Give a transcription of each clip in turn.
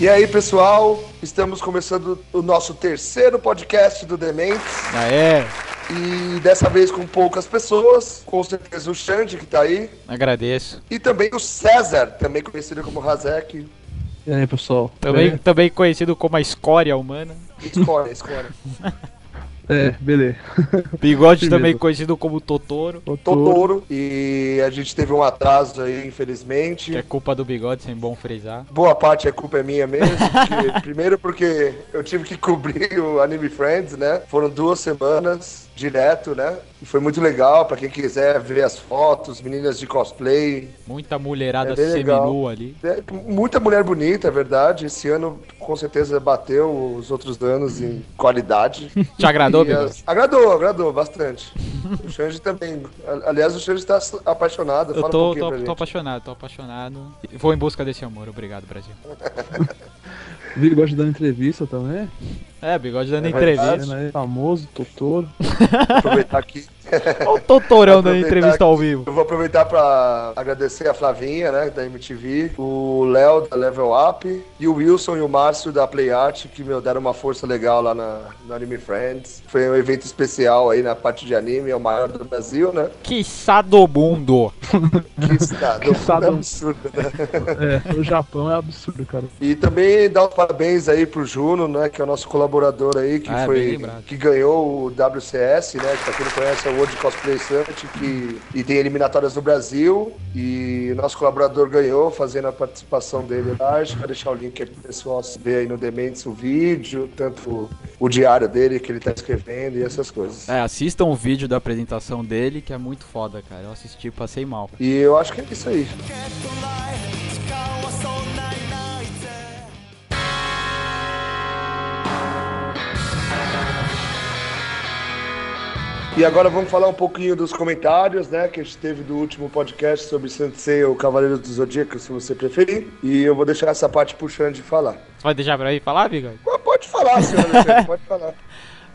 E aí, pessoal, estamos começando o nosso terceiro podcast do Dementes. Ah, é. E dessa vez com poucas pessoas, com certeza o Xande que tá aí, Agradeço. e também o César, também conhecido como Razek. E aí, pessoal? Também, também conhecido como a escória humana. Escolha, escolha. É, beleza. Bigode Sim também mesmo. conhecido como Totoro. Totoro. E a gente teve um atraso aí, Que é infelizmente. culpa do bigode, sem bom frisar. Boa parte é culpa é minha mesmo. porque- primeiro porque eu tive que cobrir o Anime Friends, né? Foram duas semanas direto, né? E foi muito legal pra quem quiser ver as fotos, meninas de cosplay, Muita mulherada É bem legal. seminua ali. É, muita mulher bonita, é verdade. Esse ano com certeza bateu os outros anos em qualidade. Te agradou, E as- bigode? Agradou, agradou bastante. O Xande também. A- Aliás, o Xande está apaixonado. Fala Eu um tô, pouquinho pra tô, tô gente. apaixonado, tô apaixonado. Vou em busca desse amor, obrigado, Brasil. Vig gosta de dar entrevista também. É, bigode dando Ele entrevista. é famoso, Totoro. Aproveitar aqui. Olha o Totorão dando Aproveitar entrevista ao que- vivo. Eu vou aproveitar para agradecer a Flavinha, né, da MTV, o Léo da Level Up e o Wilson e o Márcio da Play Art, que meu, deram uma força legal lá na, no Anime Friends. Foi um evento especial aí na parte de anime, é o maior do Brasil, né? Que do mundo. Que estado, Que estado. é absurdo, né? É, o Japão é absurdo, cara. E também dar os parabéns aí pro Juno, né, que é o nosso colaborador aí, que Ah, bem foi lembrado. que ganhou o WCS, né, que pra quem não conhece é o World Cosplay Summit, que e tem eliminatórias no Brasil, e o nosso colaborador ganhou fazendo a participação dele lá, acho que vai deixar o link aí pro pessoal se ver aí no Dementes o vídeo, tanto o diário dele que ele tá escrevendo e essas coisas. É, assistam o vídeo da apresentação dele, que é muito foda, cara. Eu assisti, passei mal. E eu acho que é isso aí. ポケットライフ時間はそんなにないぜ E agora vamos falar um pouquinho dos comentários, né, que a gente teve do último podcast sobre Sensei ou Cavaleiro do Zodíaco, se você preferir. E eu vou deixar essa parte puxando de falar. Você vai deixar pra mim falar, bigode? Mas pode falar, senhor, Alexandre, pode falar.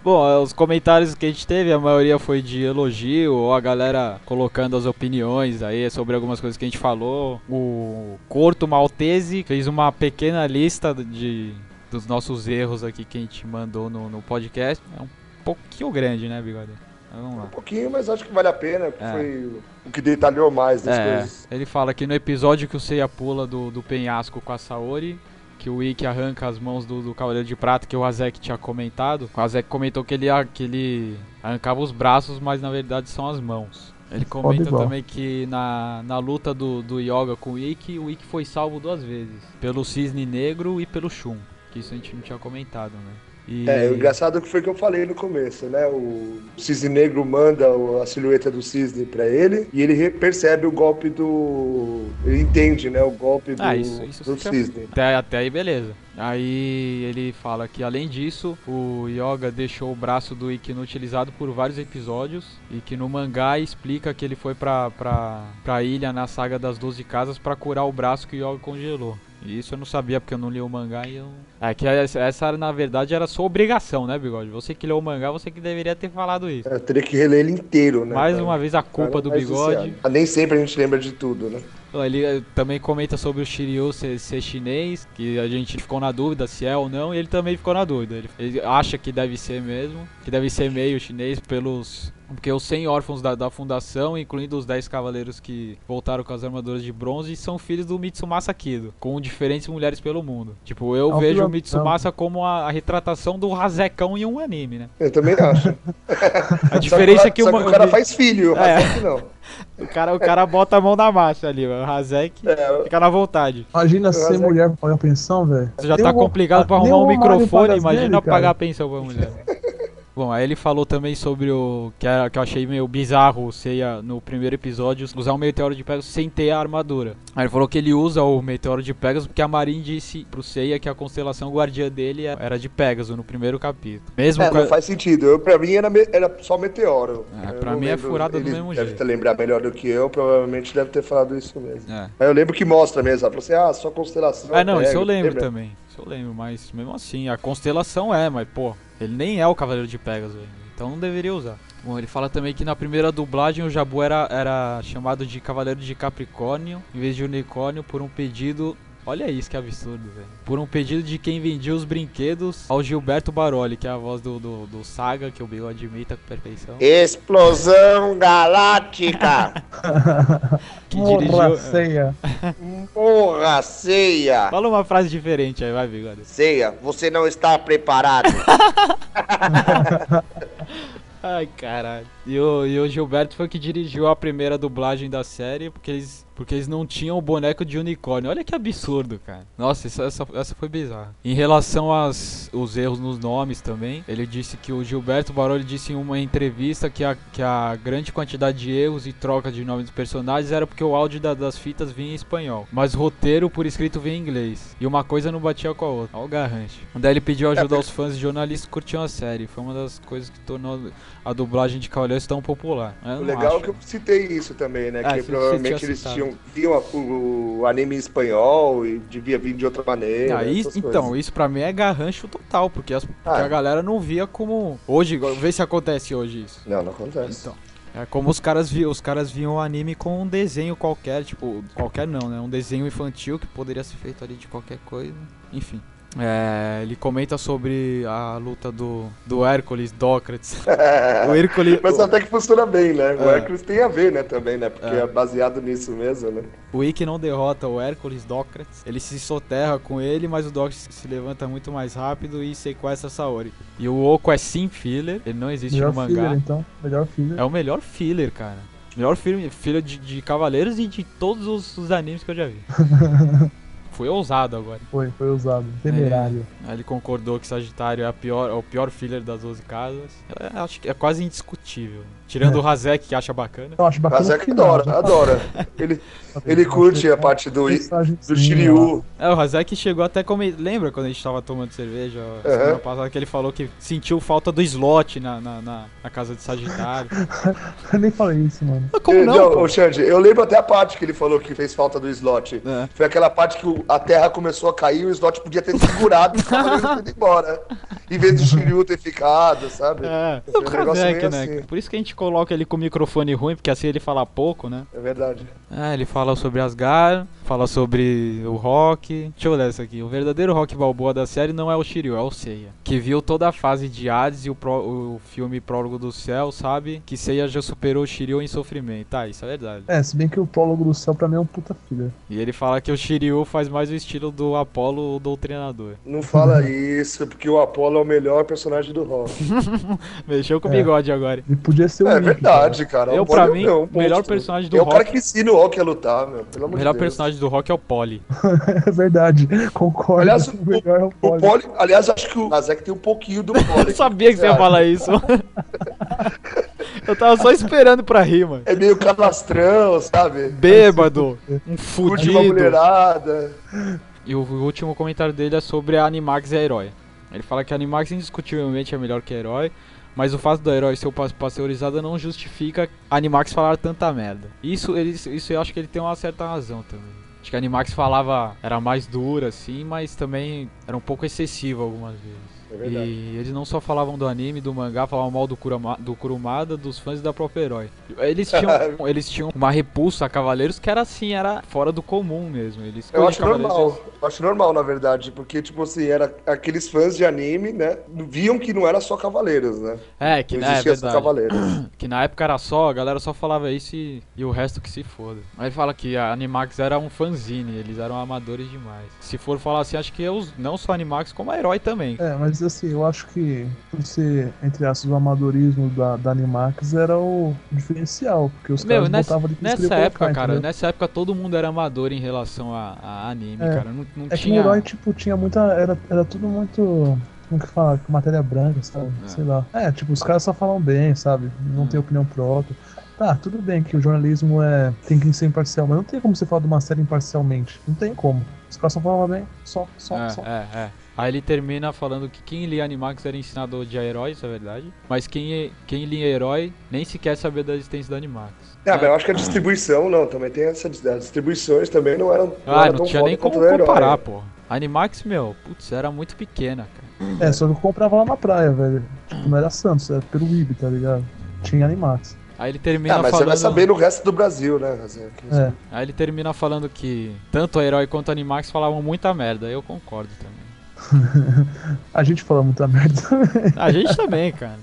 Bom, é, os comentários que a gente teve, a maioria foi de elogio, ou a galera colocando as opiniões aí sobre algumas coisas que a gente falou. O Corto Maltese fez uma pequena lista de dos nossos erros aqui que a gente mandou no, no podcast. É um pouquinho grande, né, Bigode? Mas vamos lá. Um pouquinho, mas acho que vale a pena, porque É. foi o que detalhou mais das É, coisas. ele fala que no episódio que o Seiya pula do, do penhasco com a Saori, que o Ikki arranca as mãos do, do Cavaleiro de Prata, que o Azek tinha comentado. O Azek comentou que ele, a- que ele arrancava os braços, mas na verdade são as mãos. Ele comenta igual. também que na, na luta do, do Yoga com o Ikki, o Ikki foi salvo duas vezes. Pelo Cisne Negro e pelo Shun. Que isso a gente não tinha comentado, né? E- É, o engraçado que foi que eu falei no começo, né? O cisne negro manda o- a silhueta do cisne pra ele e ele re- percebe o golpe do. Ele entende, né? O golpe do, Ah, isso, isso do fica- cisne. Até, até aí, beleza. Aí ele fala que, além disso, o Yoga deixou o braço do Ikki inutilizado por vários episódios. E que no mangá explica que ele foi pra, pra, pra ilha na saga das 12 casas pra curar o braço que o Yoga congelou. E isso eu não sabia porque eu não li o mangá e eu. É que essa, essa, na verdade, era sua obrigação, né, Bigode? Você que leu o mangá, você que deveria ter falado isso. Eu É, teria que reler ele inteiro, né? Mais pra- uma vez, a culpa Cara, do mais Bigode. viciado. Ah, Nem sempre a gente lembra de tudo, né? Ó, Ele eh, também comenta sobre o Shiryu ser, ser chinês, que a gente ficou na dúvida se é ou não, e ele também ficou na dúvida. Ele, ele acha que deve ser mesmo, que deve ser meio chinês pelos. Porque os 100 órfãos da, da fundação, incluindo os 10 cavaleiros que voltaram com as armaduras de bronze, são filhos do Mitsumasa Kido, com diferentes mulheres pelo mundo. Tipo, eu É um vejo o vilão. Mitsumasa como a, a retratação do Razekão em um anime, né? Eu também acho. A diferença é que, só uma- o cara faz filho, o É. Razek não. o, cara, o cara bota a mão na massa ali, o Razek É, fica na vontade. Imagina ser Mas é- mulher pra pagar pensão, velho. Você já Nem tá o- complicado pra nem arrumar um o Romário paga microfone, as imagina dele, cara. pagar a pensão pra mulher. Bom, aí ele falou também sobre o que, era- que eu achei meio bizarro, o Seiya, no primeiro episódio, usar um meteoro de Pegasus sem ter a armadura. Aí ele falou que ele usa o meteoro de Pegasus porque a Marin disse pro Seiya que a constelação guardiã dele é, era de Pegasus no primeiro capítulo. Mesmo É, com a- não faz sentido. Eu, pra mim era, me- era só meteoro. É, Eu pra não mim é lembro. furada do Ele mesmo deve jeito. ter lembrar melhor do que eu, provavelmente deve ter falado isso mesmo. É. Aí eu lembro que mostra mesmo. Ela falou assim, ah, só constelação. Ah, não, isso eu pega, lembro lembra? também. Isso eu lembro, mas mesmo assim, a constelação é, mas pô, ele nem é o Cavaleiro de Pegasus ainda, então não deveria usar. Bom, ele fala também que na primeira dublagem o Jabu era, era chamado de Cavaleiro de Capricórnio em vez de Unicórnio por um pedido Olha isso que absurdo, velho. Por um pedido de quem vendia os brinquedos ao Gilberto Baroli, que é a voz do, do, do Saga, que o Bill admita com perfeição. Explosão galáctica! Que Porra, dirigiu. né? ceia. Porra, ceia! Fala uma frase diferente aí, vai, Bigode. Ceia, você não está preparado. Ai, caralho. E o, e o Gilberto foi o que dirigiu a primeira dublagem da série, porque eles, porque eles não tinham o boneco de unicórnio. Olha que absurdo, cara. Nossa, isso- essa, essa foi bizarra. Em relação aos os erros nos nomes também, ele disse que o Gilberto Baroli disse em uma entrevista que a, que a grande quantidade de erros e troca de nome dos personagens era porque o áudio da- das fitas vinha em espanhol, mas o roteiro por escrito vinha em inglês. E uma coisa não batia com a outra. Olha o garrancho. Daí ele pediu ajuda aos fãs e jornalistas que curtiam a série. Foi uma das coisas que tornou a dublagem de Cavaleiros tão popular. Eu O não legal é acho. que eu citei isso também, né? Ah, que você- você provavelmente tinha eles citado. tinham, viam a- o, o anime em espanhol e devia vir de outra maneira. Ah, isso- né, essas então, coisas. isso pra mim é garrancho total, porque, as- porque Ah. a galera não via como. Hoje, igual- vê se acontece hoje isso. Não, não acontece. Então. É como os caras viam, os caras viam o anime com um desenho qualquer, tipo, qualquer não, né? Um desenho infantil que poderia ser feito ali de qualquer coisa. Enfim. É, ele comenta sobre a luta do, do Hércules, Dócrates. o Hércules. Mas até que funciona bem, né? O É. Hércules tem a ver, né, também, né? Porque É. é baseado nisso mesmo, né? O Ikki não derrota o Hércules Dócrates. Ele se soterra com ele, mas o Dócrates se levanta muito mais rápido e sequestra a Saori. E o Oko é sim filler, ele não existe no Melhor um mangá. filler, então. Melhor filler. É o melhor filler, cara. Melhor filler, filler de, de Cavaleiros e de todos os, os animes que eu já vi. Fui ousado agora. Foi, foi usado. Temerário. Aí ele concordou que Sagitário é, a pior, é o pior filler das 12 casas. É, acho que é quase indiscutível. Tirando o Hazek, que acha bacana. Eu acho bacana. Mas é o que final, adora, né? adora. Ele, ele curte a parte do, do Shiryu. É, o Hazek chegou até como. Lembra quando a gente tava tomando cerveja ó, semana passada que ele falou que sentiu falta do slot na, na, na- na casa de Sagitário. Eu nem falei isso, mano. Mas como Eh, não? pô? ô, Xande, eu lembro até a parte que ele falou que fez falta do slot. É. Foi aquela parte que o- a terra começou a cair e o slot podia ter segurado e o cavaleiro ter ido embora. Em vez do Shiryu ter ficado, sabe? É, Foi um o negócio Kazek, meio né? assim. Por isso que a gente coloca ele com o microfone ruim, porque assim ele fala pouco, né? É verdade. É, ele fala sobre Asgard, fala sobre o Rock. Deixa eu ler essa aqui. O verdadeiro Rock Balboa da série não é o Shiryu, é o Seiya. Que viu toda a fase de Hades e o, pró- o filme Prólogo do Céu, sabe? Que Seiya já superou o Shiryu em sofrimento. Tá, isso é verdade. É, se bem que o prólogo do céu pra mim é um puta filler. E ele fala que o Shiryu faz mais o estilo do Apolo, o doutrinador. Não fala isso, porque o Apolo é o melhor personagem do rock. Mexeu com o É. bigode agora. Ele podia ser o É Link, verdade, cara. O Eu, Apollo pra mim, é o melhor monstro. personagem do É o cara rock- que ensina o Rock a lutar, meu. Pelo O amor melhor de Deus. personagem do Rock é o Polly. cara. É verdade. Concordo. Aliás, o- melhor é o O Poli. Poli, aliás, acho que o Nazek tem um pouquinho do Poli. Eu sabia que você ia falar isso. Eu tava só esperando pra rir, mano. É meio canastrão, sabe? Bêbado, um Curte uma fudido. mulherada. E o último comentário dele é sobre a Animax e a Herói. Ele fala que a Animax indiscutivelmente é melhor que a Herói, mas o fato da Herói ser o pas- pasteurizada não justifica a Animax falar tanta merda. Isso, ele, isso eu acho que ele tem uma certa razão também. Acho que a Animax falava, era mais dura assim, mas também era um pouco excessiva algumas vezes. É verdade. E eles não só falavam do anime, do mangá, falavam mal do, Kurama, do Kurumada, dos fãs e da própria herói. Eles tinham, eles tinham uma repulsa a Cavaleiros que era assim, era fora do comum mesmo. Eles Eu acho Cavaleiros- normal, eu acho normal, na verdade, porque, tipo assim, era aqueles fãs de anime, né? Viam que não era só Cavaleiros, né? É, que, não né, é existia só verdade. Cavaleiros. que na época era só, a galera só falava isso e, e o resto que se foda. Aí ele fala que a Animax era um fanzine, eles eram amadores demais. Se for falar assim, acho que eu, não só a Animax, como a herói também. É, mas assim, eu acho que por ser, entre aspas, o amadorismo da, da Animax era o diferencial, porque os Meu, caras nessa- botavam ali que eles Nessa queriam época, colocar, cara, entendeu? nessa época todo mundo era amador em relação a, a anime, É. cara. Não, não É que o né, tinha. herói, tipo, tinha muita. Era, era tudo muito. Como que fala? Com matéria branca, sabe? É. Sei lá. É, tipo, os caras só falam bem, sabe? Não Hum. tem opinião própria. Tá, tudo bem que o jornalismo é. tem que ser imparcial, mas não tem como você falar de uma série imparcialmente. Não tem como. Os caras só falam bem, só, só, é, só. é, é. Aí ele termina falando que quem lia Animax era ensinado a odiar heróis, é verdade. Mas quem, quem lia herói nem sequer sabia da existência do Animax. É, mas eu acho que a distribuição, não, também tem essa. As distribuições também não eram. Ah, eram não tão tinha nem foda como quanto do herói. comparar, pô. Animax, meu, putz, era muito pequena, cara. É, só que eu comprava lá na praia, velho. Tipo, não era Santos, era pelo Ibi, tá ligado? Tinha Animax. Aí ele Ah, termina mas você falando. vai saber no resto do Brasil, né? Razer? É. Aí ele termina falando que tanto a Herói quanto a Animax falavam muita merda. Eu concordo também. A gente fala muita merda. A gente também, cara.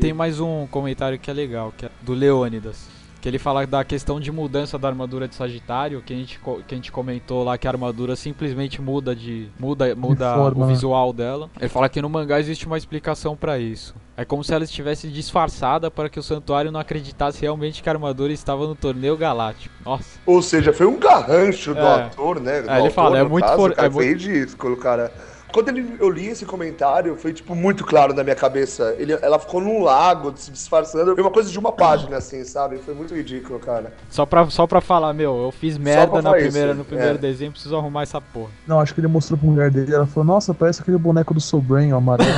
Tem mais um comentário que é legal, que é do Leônidas. Que ele fala da questão de mudança da armadura de Sagitário, que a gente, co- que a gente comentou lá que a armadura simplesmente muda de. muda, muda forma, o né? visual dela. Ele fala que no mangá existe uma explicação pra isso. É como se ela estivesse disfarçada para que o santuário não acreditasse realmente que a armadura estava no torneio galáctico. Nossa. Ou seja, foi um garrancho do É. ator, né? Do ele autor, fala, é no muito caso, for- o cara é muito- fez isso, colocar. Quando ele- eu li esse comentário, foi, tipo, muito claro na minha cabeça. Ele, ela ficou num lago, se disfarçando. Foi uma coisa de uma página, assim, sabe? Foi muito ridículo, cara. Só pra, só pra falar, meu, eu fiz pra merda na falar primeira, isso, no primeiro é. desenho, preciso arrumar essa porra. Não, acho que ele mostrou pra mulher dele. Ela falou: Nossa, parece aquele boneco do Sobrinho amarelo.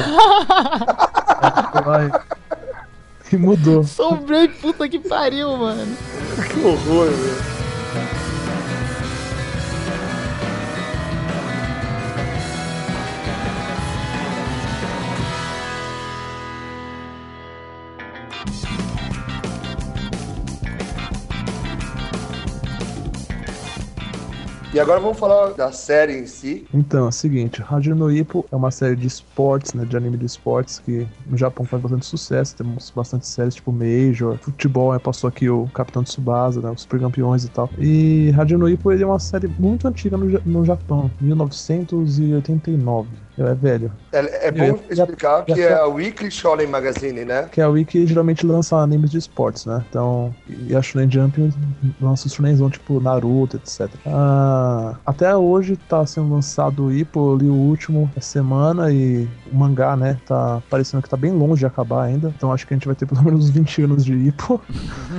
Aí foi lá e- e mudou. Sobrei, puta que pariu, mano. Que horror, velho. E agora vamos falar da série em si. Então, é o seguinte, Rádio no Ippo é uma série de esportes, né, de anime de esportes, que no Japão faz bastante sucesso, temos bastante séries tipo Major, futebol, né, passou aqui o Capitão Tsubasa, né, os Super Campeões e tal. E Rádio no Ippo, ele é uma série muito antiga no, Ja- no Japão, 1989, é velho. É, é bom já- explicar já- que é a Weekly Shonen Magazine, né? Que é a Wiki geralmente lança animes de esportes, né? Então, e a Shonen Jump lança os shonenzão tipo Naruto, etc. Ah, até hoje tá sendo lançado o Ippo, eu li o último essa semana e o mangá, né? Tá parecendo que tá bem longe de acabar ainda. Então acho que a gente vai ter pelo menos uns 20 anos de Ippo.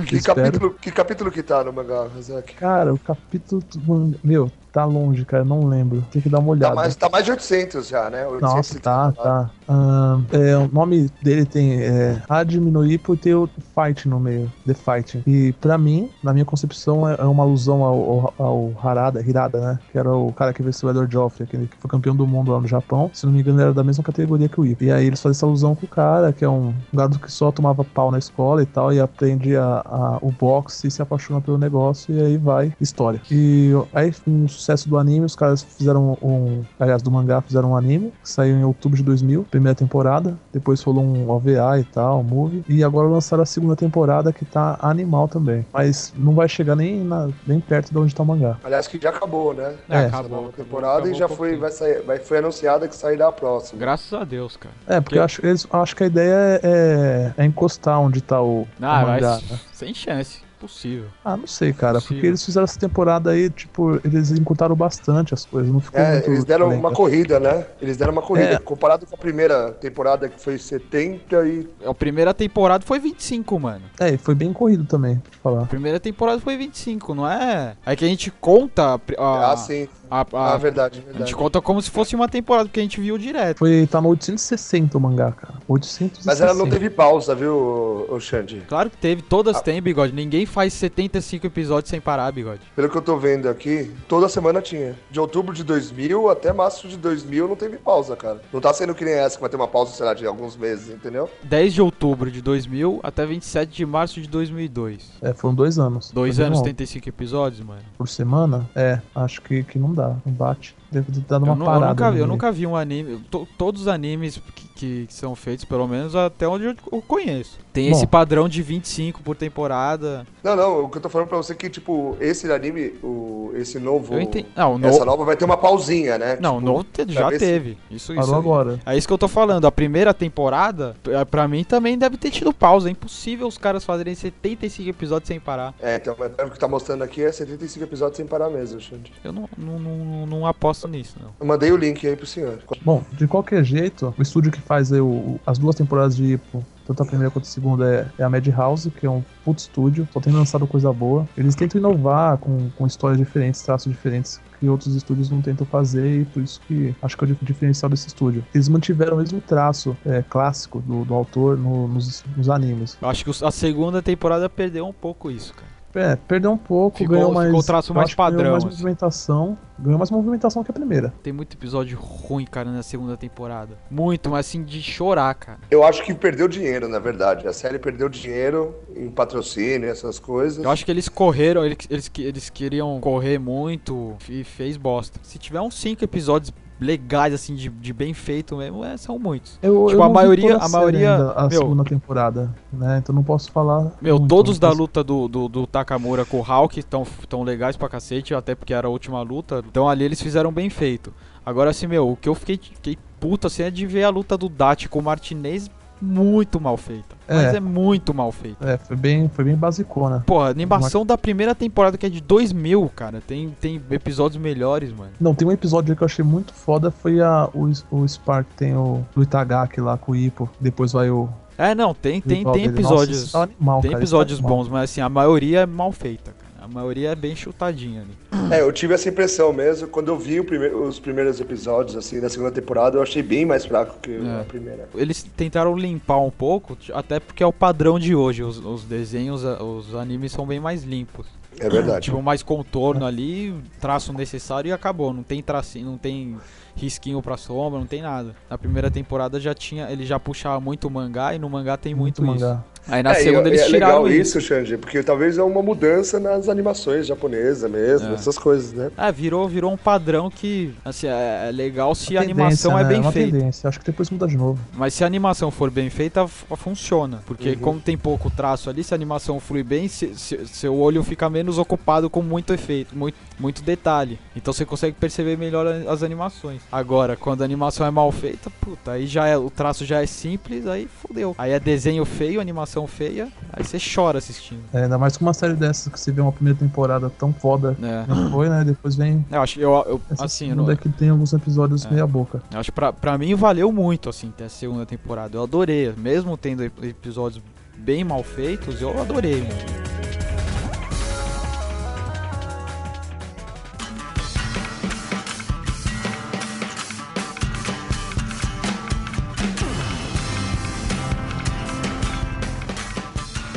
Que Ah, Espero. capítulo, que capítulo que tá no mangá, Razak? Cara, o capítulo do mangá. Meu, tá longe, cara, não lembro. Tem que dar uma olhada. Tá mais, tá mais de 800 já, né? 800 né? Nossa, tá, tá. Ahn, é, o nome dele tem é, Admin no Ippo e tem o Fight no meio, The Fight. E pra mim, na minha concepção, é, é uma alusão ao, ao, ao Harada, Hirada, né? Que era o cara que venceu o Edward Joffrey, aquele que foi campeão do mundo lá no Japão. Se não me engano, ele era da mesma categoria que o Ippo. E aí eles fazem essa alusão com o cara, que é um garoto que só tomava pau na escola e tal, e aprende a, a- o boxe e se apaixona pelo negócio, e aí vai história. E aí, com o sucesso do anime, os caras fizeram um. Aliás, do mangá fizeram um anime, que saiu em outubro de 2000, primeira temporada. Depois rolou um OVA e tal, um movie. E agora lançaram a segunda temporada, que tá animal também. Mas não vai chegar nem, na- nem perto de onde tá o mangá. Aliás, que já acabou, né? É, Essa acabou, nova acabou, temporada acabou um e já por foi, fim. vai sair, vai, foi anunciada que sairá a próxima. Graças a Deus, cara. É, porque eu acho, eles, acho que a ideia é, é encostar onde tá o, Ah, o mangá. né? mas sem chance. Possível. Ah, não sei, cara. Possível. Porque eles fizeram essa temporada aí, tipo, eles encurtaram bastante as coisas. Não ficou É, muito. eles deram lento. uma corrida, né? Eles deram uma corrida. É. Comparado com a primeira temporada, que foi 70 e. A primeira temporada foi 25, mano. É, e foi bem corrido também, pra te A falar. primeira temporada foi 25, não é? É que a gente conta a. pri- a- Ah, sim. a- a- Ah, verdade, a gente verdade. conta como se fosse uma temporada, porque a gente viu direto. Foi, tá no 860 o mangá, cara. 860. Mas ela não teve pausa, viu, ô Xande? Claro que teve, Ah. todas têm, bigode. Ninguém faz 75 episódios sem parar, bigode. Pelo que eu tô vendo aqui, toda semana tinha. De outubro de 2000 até março de 2000 não teve pausa, cara. Não tá sendo que nem essa que vai ter uma pausa, sei lá, de alguns meses, entendeu? 10 de outubro de 2000 até 27 de março de 2002. É, foram dois anos. Dois Foi bem anos, longo. 75 episódios, mano. Por semana? É, acho que, que não dá. Não bate. Deve ter dado uma Eu, nu- eu parada. nunca, vi- eu né? nunca vi um anime. to- todos os animes que, que- que são feitos, pelo menos até onde eu, eu conheço. Tem Bom. esse padrão de 25 por temporada. Não, não, o que eu tô falando pra você é que, tipo, esse anime, o, esse novo. Eu entendi. Não, o Essa novo. nova vai ter uma pausinha, né? Não, o Tipo, novo te- já ver se- teve. Isso, isso. Parou aí. agora. É isso que eu tô falando. A primeira temporada, pra- pra mim, também deve ter tido pausa. É impossível os caras fazerem 75 episódios sem parar. É, então mas o que tá mostrando aqui é 75 episódios sem parar mesmo, Xande. Eu não, não, não, não aposto nisso, não. Eu mandei o link aí pro senhor. Bom, de qualquer jeito, o estúdio que faz aí o- as duas temporadas de Ipo, tanto a primeira quanto a segunda, é, é a Madhouse, que é um puto estúdio, só tem lançado coisa boa. Eles tentam inovar com, com histórias diferentes, traços diferentes que outros estúdios não tentam fazer e por isso que acho que é o dif- diferencial desse estúdio. Eles mantiveram o mesmo traço é, clássico do, do autor no- nos, nos animes. Eu acho que os- a segunda temporada perdeu um pouco isso, cara. é, perdeu um pouco, Ficou- ganhou mais. ficou o traço eu mais acho que ganhou padrão, mais assim. movimentação. Ganhou mais movimentação que a primeira. Tem muito episódio ruim, cara, na segunda temporada. Muito, mas assim, de chorar, cara. Eu acho que perdeu dinheiro, na verdade. A série perdeu dinheiro em patrocínio, essas coisas. Eu acho que eles correram, eles, eles, que- eles queriam correr muito e fez bosta. Se tiver uns cinco episódios legais, assim, de, de bem feito mesmo, é, são muitos. Eu, Tipo, eu a não vi maioria- toda a série maioria- ainda, a meu- segunda temporada, né? Então não posso falar. Meu, muito, né? todos da mas- luta do, do, do Takamura com o Hulk estão tão legais pra cacete, até porque era a última luta. Então ali eles fizeram bem feito. Agora assim, meu, o que eu fiquei, fiquei puto assim é de ver a luta do Dati com o Martinez muito mal feita. Mas É. é muito mal feita. É, foi bem, foi bem basicona. Porra, a animação da primeira temporada que é de 2000, cara. Tem, tem episódios melhores, mano. Não, tem um episódio que eu achei muito foda, foi a, o, o Spark, tem o, o Itagaki lá com o Hippo, depois vai o... É, não, tem, tem, rival tem dele. Nossa, episódios. isso tá animal, tem cara, isso tá episódios animal. bons, mas assim, a maioria é mal feita, cara. A maioria é bem chutadinha ali. É, eu tive essa impressão mesmo. Quando eu vi o primeiro- os primeiros episódios, assim, da segunda temporada, eu achei bem mais fraco que É. a primeira. Eles tentaram limpar um pouco, t- até porque é o padrão de hoje. Os, os desenhos, a- os animes são bem mais limpos. É verdade. Tipo, mais contorno ali, traço necessário e acabou. Não tem tracinho, não tem risquinho pra sombra, não tem nada. Na primeira temporada já tinha, ele já puxava muito mangá e no mangá tem muito, isso. mangá. Aí na É, e segunda é- eles é tiraram legal isso. isso, Xande, porque talvez é uma mudança nas animações japonesas mesmo, É. essas coisas, né? Ah, virou, virou um padrão que, assim, é é legal se a Tendência, animação é né? bem uma feita. tendência, acho que depois muda de novo. Mas se a animação for bem feita, f- funciona. Porque Uhum. como tem pouco traço ali, se a animação flui bem, se- se- seu olho fica menos ocupado com muito efeito, muito, muito detalhe. Então você consegue perceber melhor a- as animações. Agora, quando a animação é mal feita, puta, aí já é, o traço já é simples, aí fudeu. Aí é desenho feio, animação feia, aí você chora assistindo. É, ainda mais com uma série dessas que você vê uma primeira temporada tão foda, né? não foi, né? Depois vem Eu acho, eu, eu- essa assim, eu segunda não, que tem alguns episódios É. meia boca. Eu Acho que pra, pra mim valeu muito, assim, ter a segunda temporada. Eu adorei, mesmo tendo ep- episódios bem mal feitos, eu adorei, mano.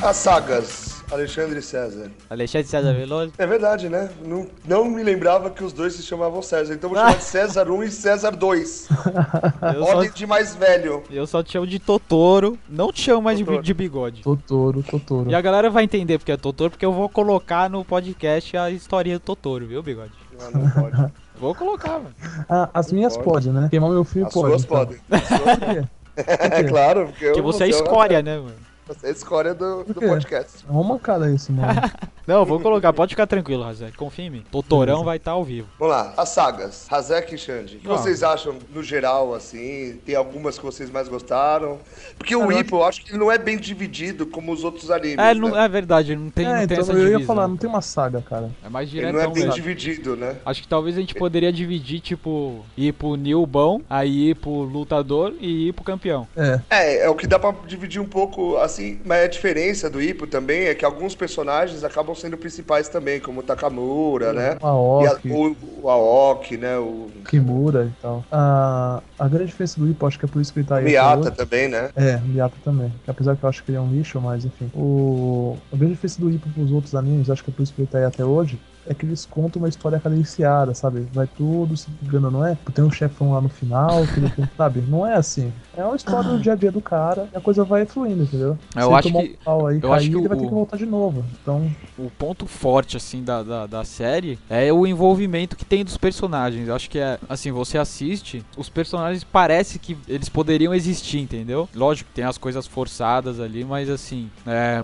As sagas, Alexandre e César. Alexandre César Veloso. É verdade, né? Não, não me lembrava que os dois se chamavam César, então eu vou chamar de César 1 e César 2. Eu só, Ordem de mais velho. eu só te chamo de Totoro, não te chamo mais de, bi- Totoro. de bigode. Totoro, Totoro. E a galera vai entender porque é Totoro, porque eu vou colocar no podcast a historinha do Totoro, viu, bigode? Não, não pode. Vou colocar, mano. Ah, as minhas Pode. podem, né? Queimar meu filho As pode. suas então. podem. As suas podem. É claro, porque eu Porque não você é sou- escória, né, mano? Você é a escória do, do quê? podcast. É uma mancada isso, mano. Não, vou colocar, pode ficar tranquilo, Razé. Confia em mim. Totorão vai estar ao vivo. Vamos lá, as sagas, Hazek e Xande. O que Ah. vocês acham no geral, assim? Tem algumas que vocês mais gostaram? Porque o Cara, eu Whip, eu acho que ele não é bem dividido como os outros animes. Ah, É, ele não, né? é verdade, ele não tem, é, não tem então essa eu divisão. ia falar, não tem uma saga, cara. É mais Ele direto não é bem mesmo. dividido, né? Acho que talvez a gente poderia dividir, tipo, ir pro New Bom, aí ir pro lutador e ir pro campeão. É, É, é o que dá pra dividir um pouco, assim, mas a diferença do Ipo também é que alguns personagens acabam sendo principais também, como o Takamura, né? uma E a- Oki. o, o Aoki, né? O Kimura e tal. A, a grande diferença do Ippo, acho que é por isso que ele tá aí. até Miata hoje. também, né? É, Miata também. Que apesar que eu acho que ele é um lixo, mas enfim. O, a grande diferença do Ippo pros outros animes, acho que é por isso que ele tá aí até hoje, é que eles contam uma história cadenciada, sabe? Vai tudo se ligando, não é? Tem um chefão lá no final, que ele tem, sabe? Não é assim. É uma história do dia a dia do cara e a coisa vai fluindo, entendeu? Eu ele acho tomar que- um pau aí, eu cair, acho que ele vai o- ter que voltar de novo. Então, O ponto forte, assim, da, da, da série é o envolvimento que tem dos personagens. Eu acho que é, assim, você assiste, os personagens parece que eles poderiam existir, entendeu? Lógico que tem as coisas forçadas ali, mas assim, é,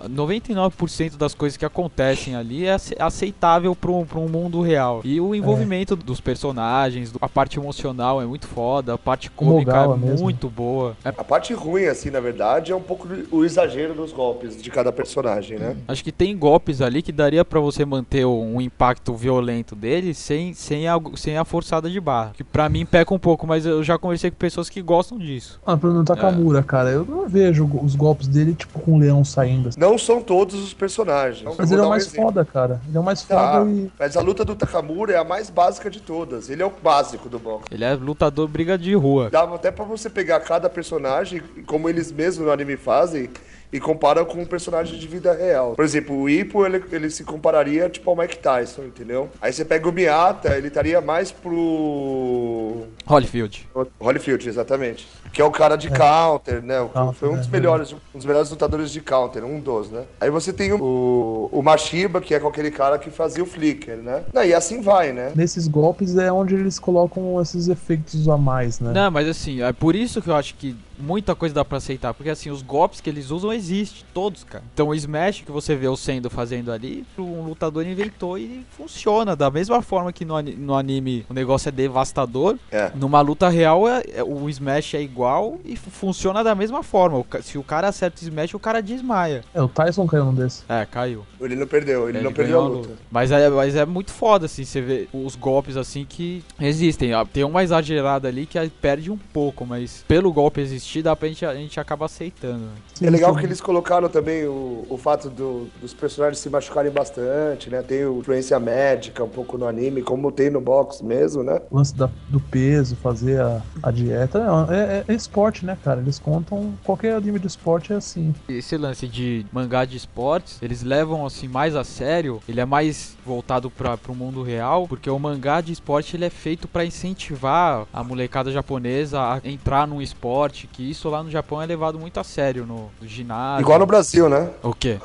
99% das coisas que acontecem ali é ace- aceitável pra um, pra um mundo real. E o envolvimento dos personagens, do- a parte emocional é muito foda, a parte cômica Mogawa é mesmo. muito boa. É A parte ruim, assim, na verdade, é um pouco do- o exagero dos golpes de cada personagem, né? Acho que tem golpes ali que daria pra você manter o- um impacto violento dele sem, sem, a, sem a forçada de barra. Que pra mim peca um pouco, mas eu já conversei com pessoas que gostam disso. ah, pelo menos o É. Takamura, cara, eu não vejo os golpes dele, tipo, com o leão saindo. assim. Não são todos os personagens. Eu Mas vou ele é dar o um mais exemplo. foda, cara. Ele é o mais Tá, foda e. mas a luta do Takamura é a mais básica de todas. Ele é o básico do box. Ele é lutador briga de rua. Dava até pra você pegar cada personagem, como eles mesmos no anime fazem, e comparam com um personagem de vida real. Por exemplo, o Ipo, ele, ele se compararia tipo ao Mike Tyson, entendeu? Aí você pega o Miata, ele estaria mais pro Holyfield. Holyfield, exatamente. Que é o cara de counter, né? O- Counter, foi um dos é. melhores, um dos melhores lutadores de counter, um dos, né? Aí você tem o, o Mashiba, que é com aquele cara que fazia o Flicker, né? Não, E assim vai, né? Nesses golpes é onde eles colocam esses efeitos a mais, né? Não, mas assim, é por isso que eu acho que muita coisa dá pra aceitar. Porque assim, os golpes que eles usam existem, todos, cara. Então o Smash que você vê o Sendo fazendo ali, um lutador inventou e funciona. Da mesma forma que no, ani- no anime o negócio é devastador, É. numa luta real é- é- o Smash é igual e fu- funciona da mesma forma. O ca- se o cara acerta o Smash, o cara desmaia. É, o Tyson caiu num desses. É, caiu. É, Ele não perdeu, É, ele, não perdeu a ganhou luta. Mas é, mas é muito foda, assim, você vê os golpes assim que existem. Ah, Tem uma exagerada ali que aí perde um pouco, mas pelo golpe existir, dá pra gente, a gente acaba aceitando. né? É legal que eles colocaram também o, o fato do- dos personagens se machucarem bastante, né? Tem o influência médica um pouco no anime, como tem no box mesmo, né? O lance da- do peso, fazer a, a dieta. Não, é, é- é esporte, né, cara? Eles contam. Qualquer anime de esporte é assim. Esse lance de mangá de esportes, eles levam assim mais a sério, ele é mais voltado para pro mundo real, porque o mangá de esporte ele é feito pra incentivar a molecada japonesa a entrar num esporte, que isso lá no Japão é levado muito a sério no, no ginásio. Igual no Brasil, né? O quê?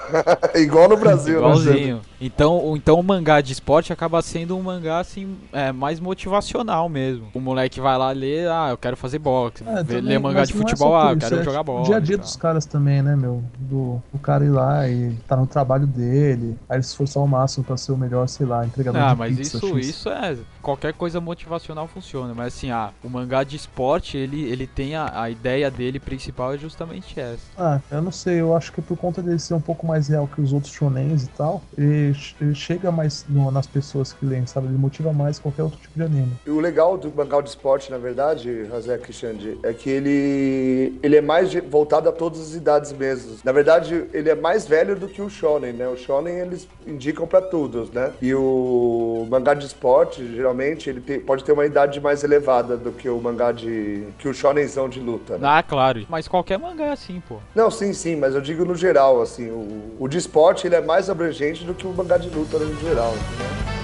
Igual no Brasil, né? Igualzinho. Então, o- então o mangá de esporte acaba sendo um mangá assim, é, mais motivacional mesmo. O moleque vai lá ler, ah, eu quero fazer boxe. É, Vê- também, lê mangá mas de não é futebol, só por ah, eu isso, quero é jogar bola. Dia a dia e tal. dos caras também, né, meu? Do, o cara ir lá e tá no trabalho dele, aí ele se esforçar ao máximo pra ser o melhor, sei lá, É entregador Ah, de mas pizza, isso, X. isso é. Qualquer coisa motivacional funciona. Mas assim, ah, o mangá de esporte, ele, ele tem a, a ideia dele principal é justamente essa. Ah, eu não sei, eu acho que por conta dele ser um pouco mais real que os outros shonens e tal, ele, ele chega mais no- nas pessoas que leem, sabe? Ele motiva mais qualquer outro tipo de anime. E O legal do mangá de esporte, na verdade, Razek Xande, é que ele, ele é mais de- voltado a todas as idades mesmo. Na verdade, ele é mais velho do que o shonen, né? O shonen eles indicam pra todos, né? E o mangá de esporte, geralmente, ele tem- pode ter uma idade mais elevada do que o mangá de que o shonenzão de luta. Né? Ah, claro. Mas qualquer mangá é assim, pô. Não, sim, sim, mas eu digo no geral, assim, o, o de esporte ele é mais abrangente do que o mangá de luta né, no geral. Né?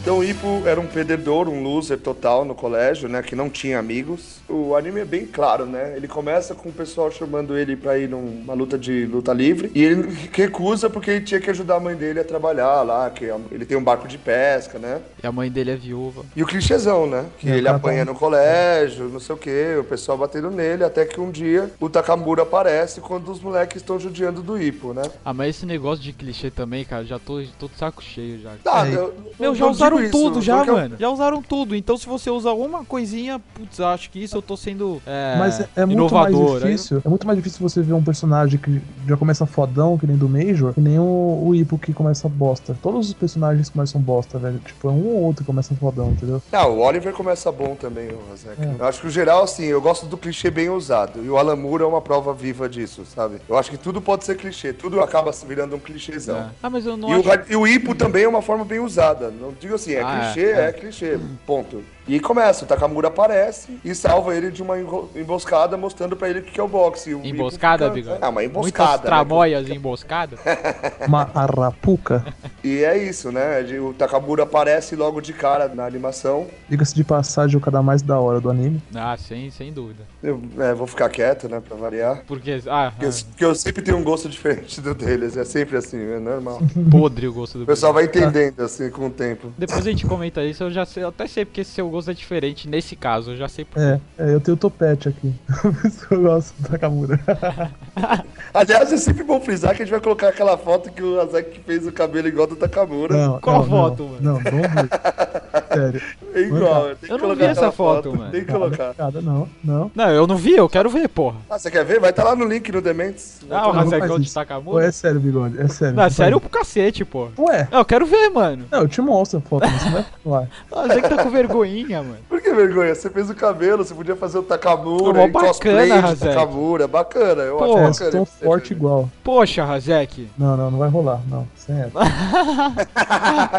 Então o Ipo era um perdedor, um loser total no colégio, né? Que não tinha amigos. O anime é bem claro, né? Ele começa com o pessoal chamando ele pra ir numa luta de luta livre. E ele recusa porque ele tinha que ajudar a mãe dele a trabalhar lá, que ele tem um barco de pesca, né? E a mãe dele é viúva. E o clichêzão, né? Que É, o ele cara apanha no colégio, não sei o quê, o pessoal batendo nele, até que um dia o Takamura aparece quando os moleques estão judiando do Ipo, né? Ah, mas esse negócio de clichê também, cara, já tô, tô de saco cheio já. Tá, É, eu- Meu, eu já digo usaram isso, tudo, já, porque eu- mano. Já usaram tudo. Então, se você usar uma coisinha, putz, acho que isso eu tô sendo é, Mas é, é muito inovador. mais difícil. É muito mais difícil você ver um personagem que já começa fodão, que nem do Major, que nem o, o Ipo que começa bosta. Todos os personagens começam bosta, velho. Tipo, é um ou outro que começa fodão, entendeu? Não, o Oliver começa bom também, o Razek. É. Eu acho que o geral, assim, eu gosto do clichê bem usado. E o Alan Moore é uma prova viva disso, sabe? Eu acho que tudo pode ser clichê, tudo acaba se virando um Aí, clichêzão. né? Ah, mas eu não E o, acho... ra- e o hipo também é uma forma bem usada. Não digo assim, é Ah, clichê, é, é. clichê. Ponto. E começa, o Takamura aparece e salva ele de uma engo- emboscada, mostrando pra ele o que que é o boxe. E o hipo Emboscada, fica- Bigode? Ah, uma Muitas emboscada. né? tramóias emboscadas. Uma arapuca. E é isso, né? De- O Takamura aparece logo de cara na animação. Diga-se de passagem, o cara mais da hora do anime. ah, sem, sem dúvida. Eu é, vou ficar quieto, né, pra variar. Porque, ah, Porque eu, porque eu sempre tenho um gosto diferente do deles, é sempre assim, é normal. ah, podre o gosto do O pessoal vai entendendo assim com o tempo. Depois a gente comenta isso, eu já sei, eu até sei porque seu gosto é diferente nesse caso, eu já sei por É, é, eu tenho topete aqui. Por isso que eu gosto do Takamura. Aliás, é sempre bom frisar que a gente vai colocar aquela foto que o Azek fez o cabelo igual do Takamura. Não, Qual não, foto, não, mano? Não, não, Sério. É igual, tem que Eu não vi colocar essa aquela foto, mano. Tem que colocar. Cara, não, não. Não, eu não vi, eu quero ver, porra. Ah, você quer ver? Vai estar lá no link no Dementes. Ah, o não faz Hazekão de isso. Pô, Takamura. é sério, bigode, é sério. Não, é sério pro cacete, porra. Ué, Não, eu quero ver, mano. não, eu te mostro a foto, mas você vai falar. Ah, Você que tá com vergonhinha, mano. Por que vergonha? Você fez o cabelo, você podia fazer o Pô, mó Takamura, e bacana, cosplay de Razek. Takamura. é Bacana, eu Pô, acho É, bacana. sou tão Você forte fez. igual. Poxa, Razek. Não, não, não vai rolar, não. Sério.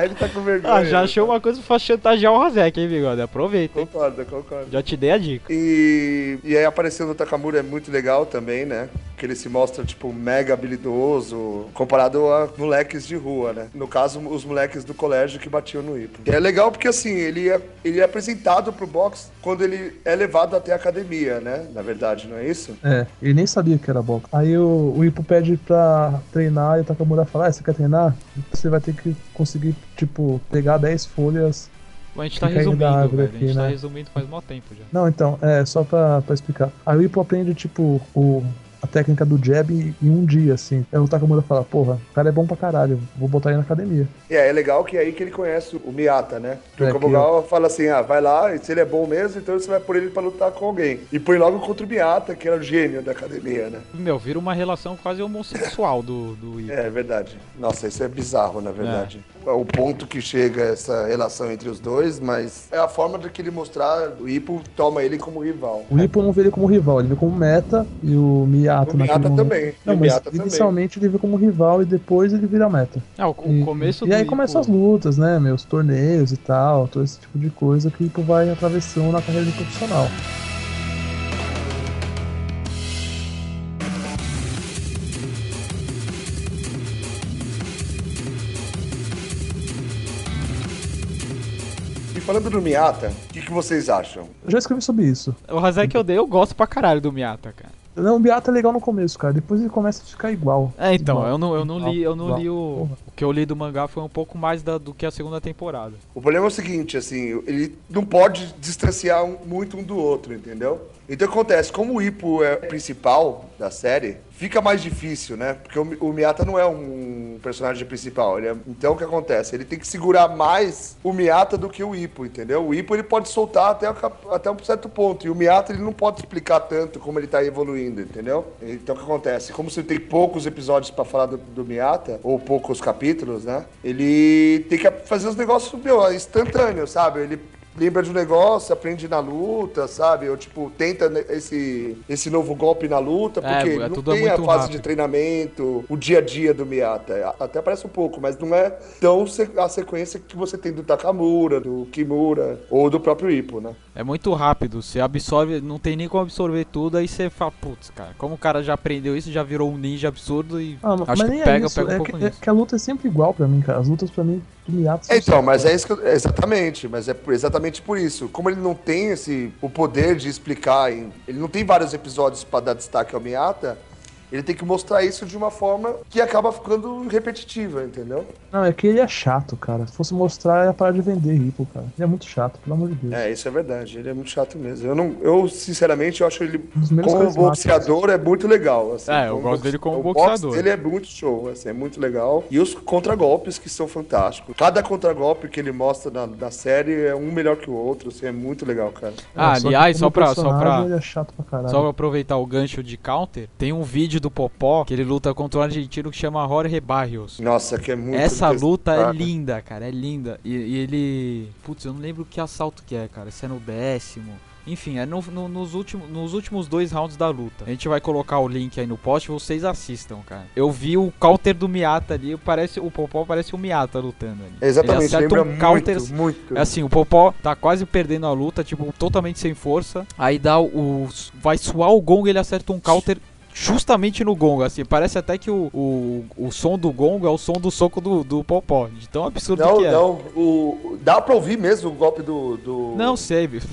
Ele tá com vergonha. Ah, já achei uma coisa pra chantagear o Razek, hein, bigode? Aproveita, hein? Concordo, concordo. Já te dei a dica. E, e aí a aparição do Takamura é muito legal também, né? Que ele se mostra, tipo, mega habilidoso comparado a moleques de rua, né? No caso, os moleques do colégio que batiam no Ipo. E é legal porque, assim, ele é, ele é apresentado pro box quando ele é levado até a academia, né? Na verdade, não é isso? É, ele nem sabia que era box. Aí o, o Ipo pede pra treinar e o Takamura fala: ah, você quer treinar? Você vai ter que conseguir, tipo, pegar 10 folhas. A gente tá Fica aí resumindo, da árvore velho. a gente aqui, tá né? resumindo faz mó tempo já. Não, então, é, só pra, pra explicar. Aí o Ipo aprende, tipo, o, a técnica do jab em em um dia, assim. Aí o Takamura fala: porra, o cara é bom pra caralho, vou botar ele na academia. E é, é legal que é aí que ele conhece o Miata, né? Porque É, o que Kobogal fala assim, ah, vai lá, e se ele é bom mesmo, então você vai por ele pra lutar com alguém. E põe logo contra o Miata, que era o gênio da academia, né? Meu, vira uma relação quase homossexual do, do Ico. É verdade. Nossa, isso é bizarro, na verdade. É. O ponto que chega essa relação entre os dois, mas é a forma de que ele mostrar, o Ipo toma ele como rival. O Ipo não vê ele como rival, ele vê como meta e o Miyato O naquele Miata momento- também. é Não, o mas Miata também. inicialmente ele vê como rival e depois ele vira meta. Ah, o, o E- começo E do aí Ico- começam as lutas, né? Meus torneios e tal, todo esse tipo de coisa que o Ipo vai atravessando na carreira de profissional. E falando do Miata, o que, que vocês acham? Eu já escrevi sobre isso. O Razek eu dei, eu gosto pra caralho do Miata, cara. Não, o Miata é legal no começo, cara. Depois ele começa a ficar igual. É, então, Igual. eu não, eu não li, eu não Igual. li o. Porra. O que eu li do mangá foi um pouco mais da- do que a segunda temporada. O problema é o seguinte, assim, ele não pode distanciar um- muito um do outro, entendeu? Então o que acontece, como o Ipo é o principal da série, fica mais difícil, né? Porque o Mi- o Miata não é um personagem principal. ele é- Então o que acontece? Ele tem que segurar mais o Miata do que o Ipo, entendeu? O Ipo ele pode soltar até, o cap- até um certo ponto. E o Miata ele não pode explicar tanto como ele tá evoluindo, entendeu? Então o que acontece? Como você tem poucos episódios pra falar do, do Miata, ou poucos capítulos, né? Ele tem que fazer os negócios meu, instantâneos, sabe? Ele lembra de um negócio, aprende na luta, sabe? Ou, tipo, tenta ne- esse, esse novo golpe na luta, É, porque é, não tudo é tem a muito fase de rápido. treinamento, o dia a dia do Miata. A- Até parece um pouco, mas não é tão se- a sequência que você tem do Takamura, do Kimura, ou do próprio Ippo, né? É muito rápido, você absorve, não tem nem como absorver tudo, aí você fala, putz, cara, como o cara já aprendeu isso, já virou um ninja absurdo e Ah, mas acho nem que é pega, isso. pega um é, pouco que, é nisso. que a luta é sempre igual pra mim, cara. As lutas pra mim do Miyato são Então, mas é isso que eu- é exatamente, mas é por- exatamente por isso. Como ele não tem esse o poder de explicar, em- ele não tem vários episódios pra dar destaque ao Miata, ele tem que mostrar isso de uma forma que acaba ficando repetitiva, entendeu? Não, é que ele é chato, cara. Se fosse mostrar, ia parar de vender Ripple, cara. Ele é muito chato, pelo amor de Deus. É, isso é verdade. Ele é muito chato mesmo. Eu, não, eu sinceramente, eu acho ele Um dos menos como carismáticos. boxeador é muito legal. assim. É, eu gosto boxe- dele como o boxe boxeador. Ele é muito show, assim, é muito legal. E os contragolpes que são fantásticos. Cada contragolpe que ele mostra na, na série é um melhor que o outro, assim, é muito legal, cara. Ah, É, que aliás, como só pra- só personagem, pra- Ele é chato pra caralho. Só pra aproveitar o gancho de counter, tem um vídeo do Popó que ele luta contra um argentino que chama Jorge Barrios. Nossa, que é muito Essa luta é detestável. linda, cara, é linda. E, e ele. Putz, eu não lembro que assalto que é, cara. Se é no décimo. Enfim, é no- no- nos, últimos, nos últimos dois rounds da luta. A gente vai colocar o link aí no post, vocês assistam, cara. Eu vi o counter do Miata ali, parece, o Popó parece o Miata lutando ali. Ele Exatamente, acerta lembra um counter- muito, muito. é assim, o Popó tá quase perdendo a luta, tipo, totalmente sem força. Aí dá o. o- Vai suar o gongo e ele acerta um counter justamente no gongo, assim. Parece até que o, o, o som do gongo é o som do soco do, do Popó. De tão absurdo Não, que é. não, o, dá pra ouvir mesmo o golpe do... do... Não sei, bicho.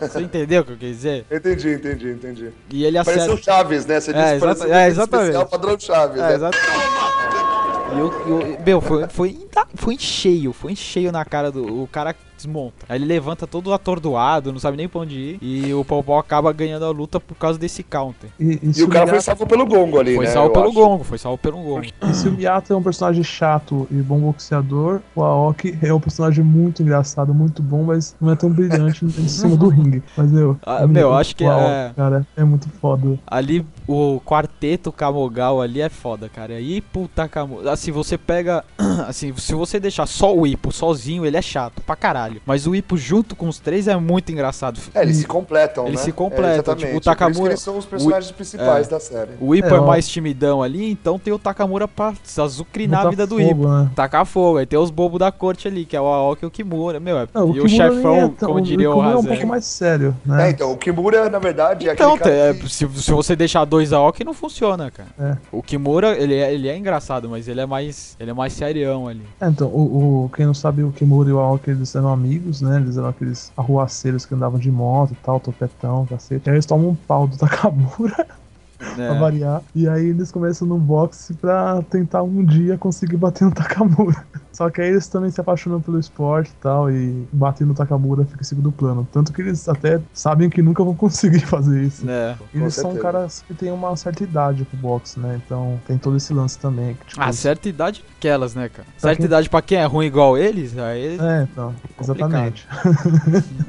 Você entendeu o que eu quis dizer? Entendi, entendi, entendi. E ele Pareceu acerta. o Chaves, né? Você Tá É, disse que exata- pareceu é, um exatamente. especial padrão Chaves, É, né? exato. E eu, e eu- meu, foi, foi, em- foi em cheio, foi em cheio na cara do. O cara desmonta. Aí ele levanta todo atordoado, não sabe nem pra onde ir. E o Pau Pau acaba ganhando a luta por causa desse counter. E, E o cara foi Sugiyata- salvo pelo gongo ali, Foi né? salvo eu pelo acho. gongo, foi salvo pelo gongo. E se o Miata é um personagem chato e bom boxeador, o Aoki é um personagem muito engraçado, muito bom, mas não é tão brilhante em cima do ringue. Mas, meu, Ah, meu, acho que o é- Aoki, cara, é muito foda. Ali, o quarteto Camogal ali é foda, cara. E puta Camogal. Assim, você pega. Assim, se você deixar só o Ipo sozinho, ele é chato pra caralho. Mas o Ipo junto com os três é muito engraçado. É, eles se completam, Eles né? se completam, É, tipo, exatamente. Por o isso Takamura- que eles são os personagens principais da série. O Ipo É, é, ó. mais timidão ali, então tem o Takamura pra azucrinar a Botar vida do Ipo. fogo, né? Tacar fogo, aí tem os bobos da corte ali, que é o Aoki e o Kimura, meu, é- Não, e o o Kimura nem chefão, é tão- como diria o Kimura é um Hazen. pouco mais sério, É, né? então, o Kimura, na verdade, é Então, aquele é, cara que... se, se você deixar dois Aoki, não funciona, cara. É. O Kimura, ele é, ele é engraçado, mas ele é mais ele é mais serião ali. É, então, o, o- quem não sabe, o Kimura e o Aoki, eles eram amigos, né? Eles eram aqueles arruaceiros que andavam de moto e tal, topetão, cacete. Aí eles tomam um pau do Takamura. né? É. pra variar. E aí eles começam no boxe pra tentar um dia conseguir bater no Takamura. Só que aí eles também se apaixonam pelo esporte e tal, e bater no Takamura fica em segundo plano. Tanto que eles até sabem que nunca vão conseguir fazer isso. Né. Eles Com são certeza. caras que têm uma certa idade pro boxe, né? Então tem todo esse lance também. Que, tipo, Ah, A Ah, certa idade aquelas, né, cara? Pra Certa quem- idade pra quem é ruim igual eles, aí É, então, Complicado. exatamente.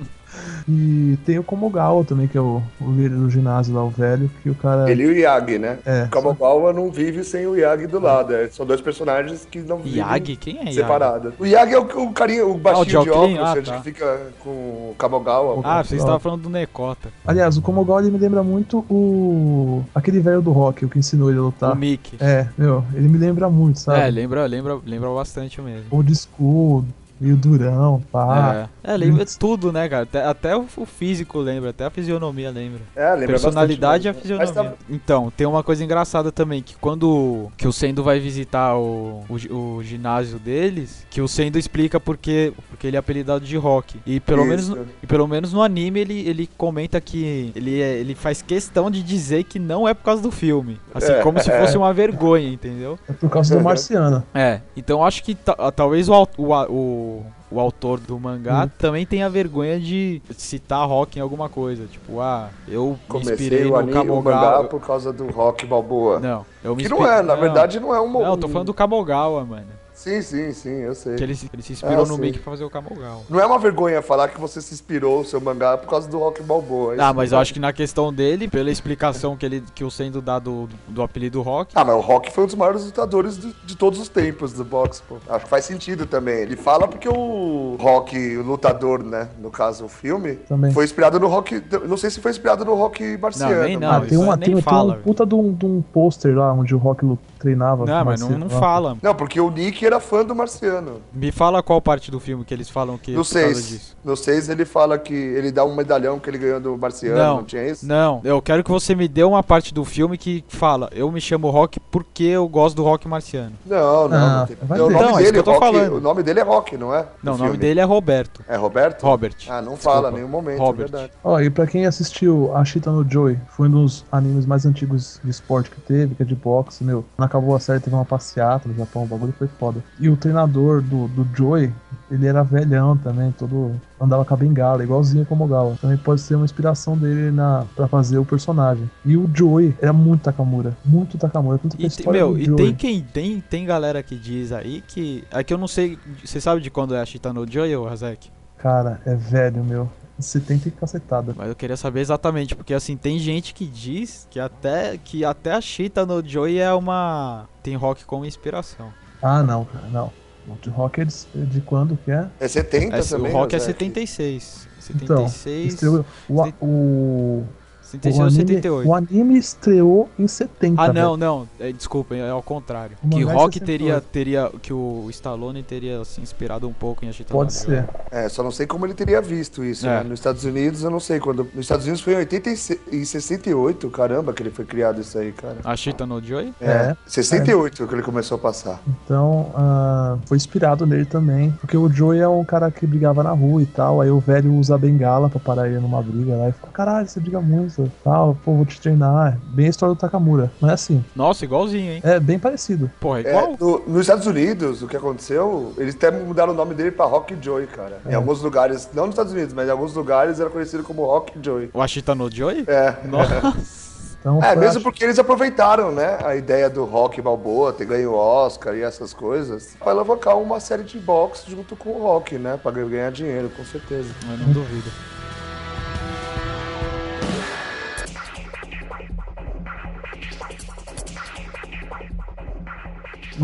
e tem o Komogawa também, que é o, o líder do ginásio lá, o velho, que o cara. Ele e o Yagi, né? é, O Kamogawa não vive sem o Yagi do lado. é. São dois personagens que não vivem Yagi, quem é Yagi? separados. O Yagi é o, o carinha, o baixinho de Joaquim, óculos, ah, gente tá. que fica com o Kamogawa. Ah, você estava falando do Necota, Aliás, o Komogal ele me lembra muito o. aquele velho do rock, o que ensinou ele a o lutar. Mickey. É, tá. meu, ele me lembra muito, sabe? É, lembra, lembra, lembra bastante mesmo. O disco, meio durão, pá. é. é, lembra tudo, né, cara? Até, até o o físico lembra, até a fisionomia lembra. É, lembra personalidade e a bastante mesmo. fisionomia. Mas tá Então, tem uma coisa engraçada também, que quando que o Sendo vai visitar o, o, gi- o ginásio deles, que o Sendo explica porque, porque ele é apelidado de Rock. E tá- pelo menos Isso. no- e pelo menos no anime ele, ele comenta que ele, é- ele faz questão de dizer que não é por causa do filme. Assim, É. como se fosse uma vergonha, entendeu? É por causa do Marciano. É, então acho que ta- talvez o, au- o, a- o, o autor do mangá Hum. também tenha vergonha de citar rock em alguma coisa. Tipo, ah, eu me Comecei inspirei o, no anime, o mangá Kamogawa. por causa do Rock Balboa. Não, eu me que inspirei. não é, na não, verdade não é um... Não, eu tô falando do Kamogawa, mano. Sim, sim, sim, eu sei. Que ele, se- ele se inspirou Ah, no sim. Mickey pra fazer o Kamogawa. Não é uma vergonha falar que você se inspirou o seu mangá por causa do Rock Balboa. é Ah, mas eu acho que na questão dele, pela explicação que ele que o sendo dá do, do apelido Rock, Ah, mas o Rock foi um dos maiores lutadores do- de todos os tempos do boxe, pô. Acho que faz sentido também. Ele fala porque o Rock, o lutador, né? No caso, o filme, Também. foi inspirado no Rock. Não sei se foi inspirado no Rock marciano. nem não, ah, mas- tem isso uma, nem tem, tem fala, um velho. puta de um, de um pôster lá onde o rock lu- treinava. Não, com o mas não, Marciano não lá. fala. Não, porque o Nick era fã do marciano. Me fala qual parte do filme que eles falam que é No por causa 6. No 6 ele fala que ele dá um medalhão que ele ganhou do marciano, não, Não. tinha isso? Não, eu quero que você me dê uma parte do filme que fala, eu me chamo Rock porque eu gosto do rock marciano. Não, não. Ah, não tem- vai o ver. nome Então, é isso dele que eu tô Rock- falando. O nome dele é Rock, não é? Não, No o nome filme. dele é Roberto. É Roberto? Robert. Ah, não fala Desculpa. em nenhum momento, Robert. é verdade. Ó, e pra quem assistiu A Chita no Joy, foi um dos animes mais antigos de esporte que teve, que é de boxe, meu. Quando acabou a série, teve uma passeata no Japão, o bagulho foi foda. E o treinador do, do Joy, ele era velhão também, todo. andava com a bengala, igualzinho como o Gal. Também pode ser uma inspiração dele na, pra fazer o personagem. E o Joy era muito Takamura, muito Takamura. Tanto que a E, te- história é meu, do e Joey- tem quem tem, tem galera que diz aí que. É que eu não sei. Você sabe de quando é a Chita no Joy ou Razek? Cara, é velho, meu. 70 e cacetada. Mas eu queria saber exatamente, porque assim, tem gente que diz que até, que até a Chita no Joy é uma. tem rock como inspiração. Ah, não, cara, não. O Rock é de, de quando que é? É 70 É, também. o rock é José. 76. Então, 76. Estreou- o, a- o, 76 ou 78. o anime estreou em 70. Ah, velho. não, não. É, desculpa, é ao contrário. Tá O Que mangá é Rock 68. teria, teria. Que o Stallone teria se inspirado um pouco em Agitado. Pode ser. É, só não sei como ele teria visto isso. É. né? Nos Estados Unidos, eu não sei quando. Nos Estados Unidos foi em 86, em 68, caramba, que ele foi criado isso aí, cara. A Chita no Joy? É, É. 68 que ele começou a passar. Então, ah, foi inspirado nele também. Porque o Joey é um cara que brigava na rua e tal. Aí o velho usa a bengala pra parar ele numa briga lá. E fala: caralho, você briga muito. luta tal, pô, vou te treinar. Bem a história do Takamura. Não é assim. Nossa, igualzinho, hein? É bem parecido. Porra, É, igual. no- nos Estados Unidos, o que aconteceu, eles até mudaram o nome dele pra Rock Joy, cara. Em alguns lugares, não nos Estados Unidos, mas em alguns lugares era conhecido como Rock Joy. O Ashita no Joy? É. Nossa. Então, É, foi, mesmo porque eles aproveitaram, né, a ideia do Rock Balboa ter ganho o Oscar e essas coisas, pra alavancar uma série de box junto com o Rock, né, pra ganhar dinheiro, com certeza. Eu não duvido.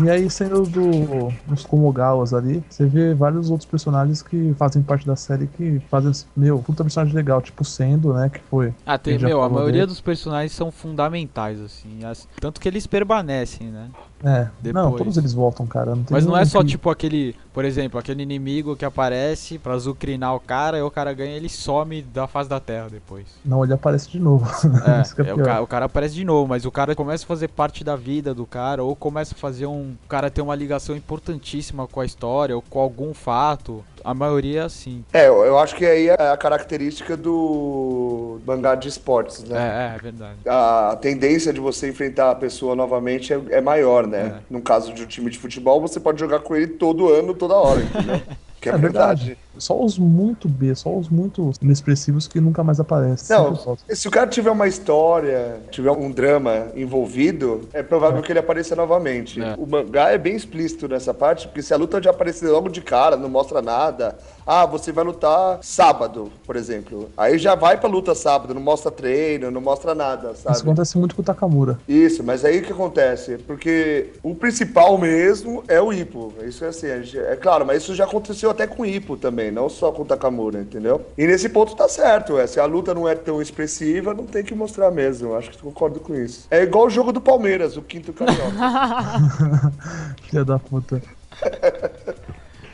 E aí, sendo do, dos Komogawas ali, você vê vários outros personagens que fazem parte da série que fazem, meu, puta personagem legal, tipo Sendo, né, que foi. Ah, tem, Ele já meu, a falou maioria dele. dos personagens são fundamentais, assim. as- tanto que eles permanecem, né? É, não, Depois. todos eles voltam, cara. Não tem Mas não é nenhum só, um que- tipo, aquele, por exemplo, aquele inimigo que aparece pra azucrinar o cara e o cara ganha ele some da face da terra depois. Não, ele aparece de novo. Isso que É, é é, o, pior. cara, o cara aparece de novo, mas o cara começa a fazer parte da vida do cara, ou começa a fazer um. O cara tem uma ligação importantíssima com a história, ou com algum fato. A maioria, assim. sim. É, eu eu acho que aí é a característica do mangá de esportes, né? É, é, é verdade. a tendência de você enfrentar a pessoa novamente é, é maior, né? No caso de um time de futebol, você pode jogar com ele todo ano, toda hora, entendeu? Que é, É verdade. verdade. Só os muito B, só os muito inexpressivos que nunca mais aparecem. Não, Sempre voltam. se o cara tiver uma história, tiver um drama envolvido, é provável que ele apareça novamente. É. O mangá é bem explícito nessa parte, porque se a luta já aparecer logo de cara, não mostra nada. Ah, você vai lutar sábado, por exemplo. Aí já vai pra luta sábado, não mostra treino, não mostra nada, sabe? Isso acontece muito com o Takamura. Isso, mas aí o que acontece? Porque o principal mesmo é o Ipo. Isso é assim, a gente- é claro, mas isso já aconteceu até com o Ipo também, não só com o Takamura, entendeu? E nesse ponto tá certo, é, se a luta não é tão expressiva, não tem que mostrar mesmo. eu Acho que eu concordo com isso. É igual o jogo do Palmeiras, o quinto carioca. Filha da puta.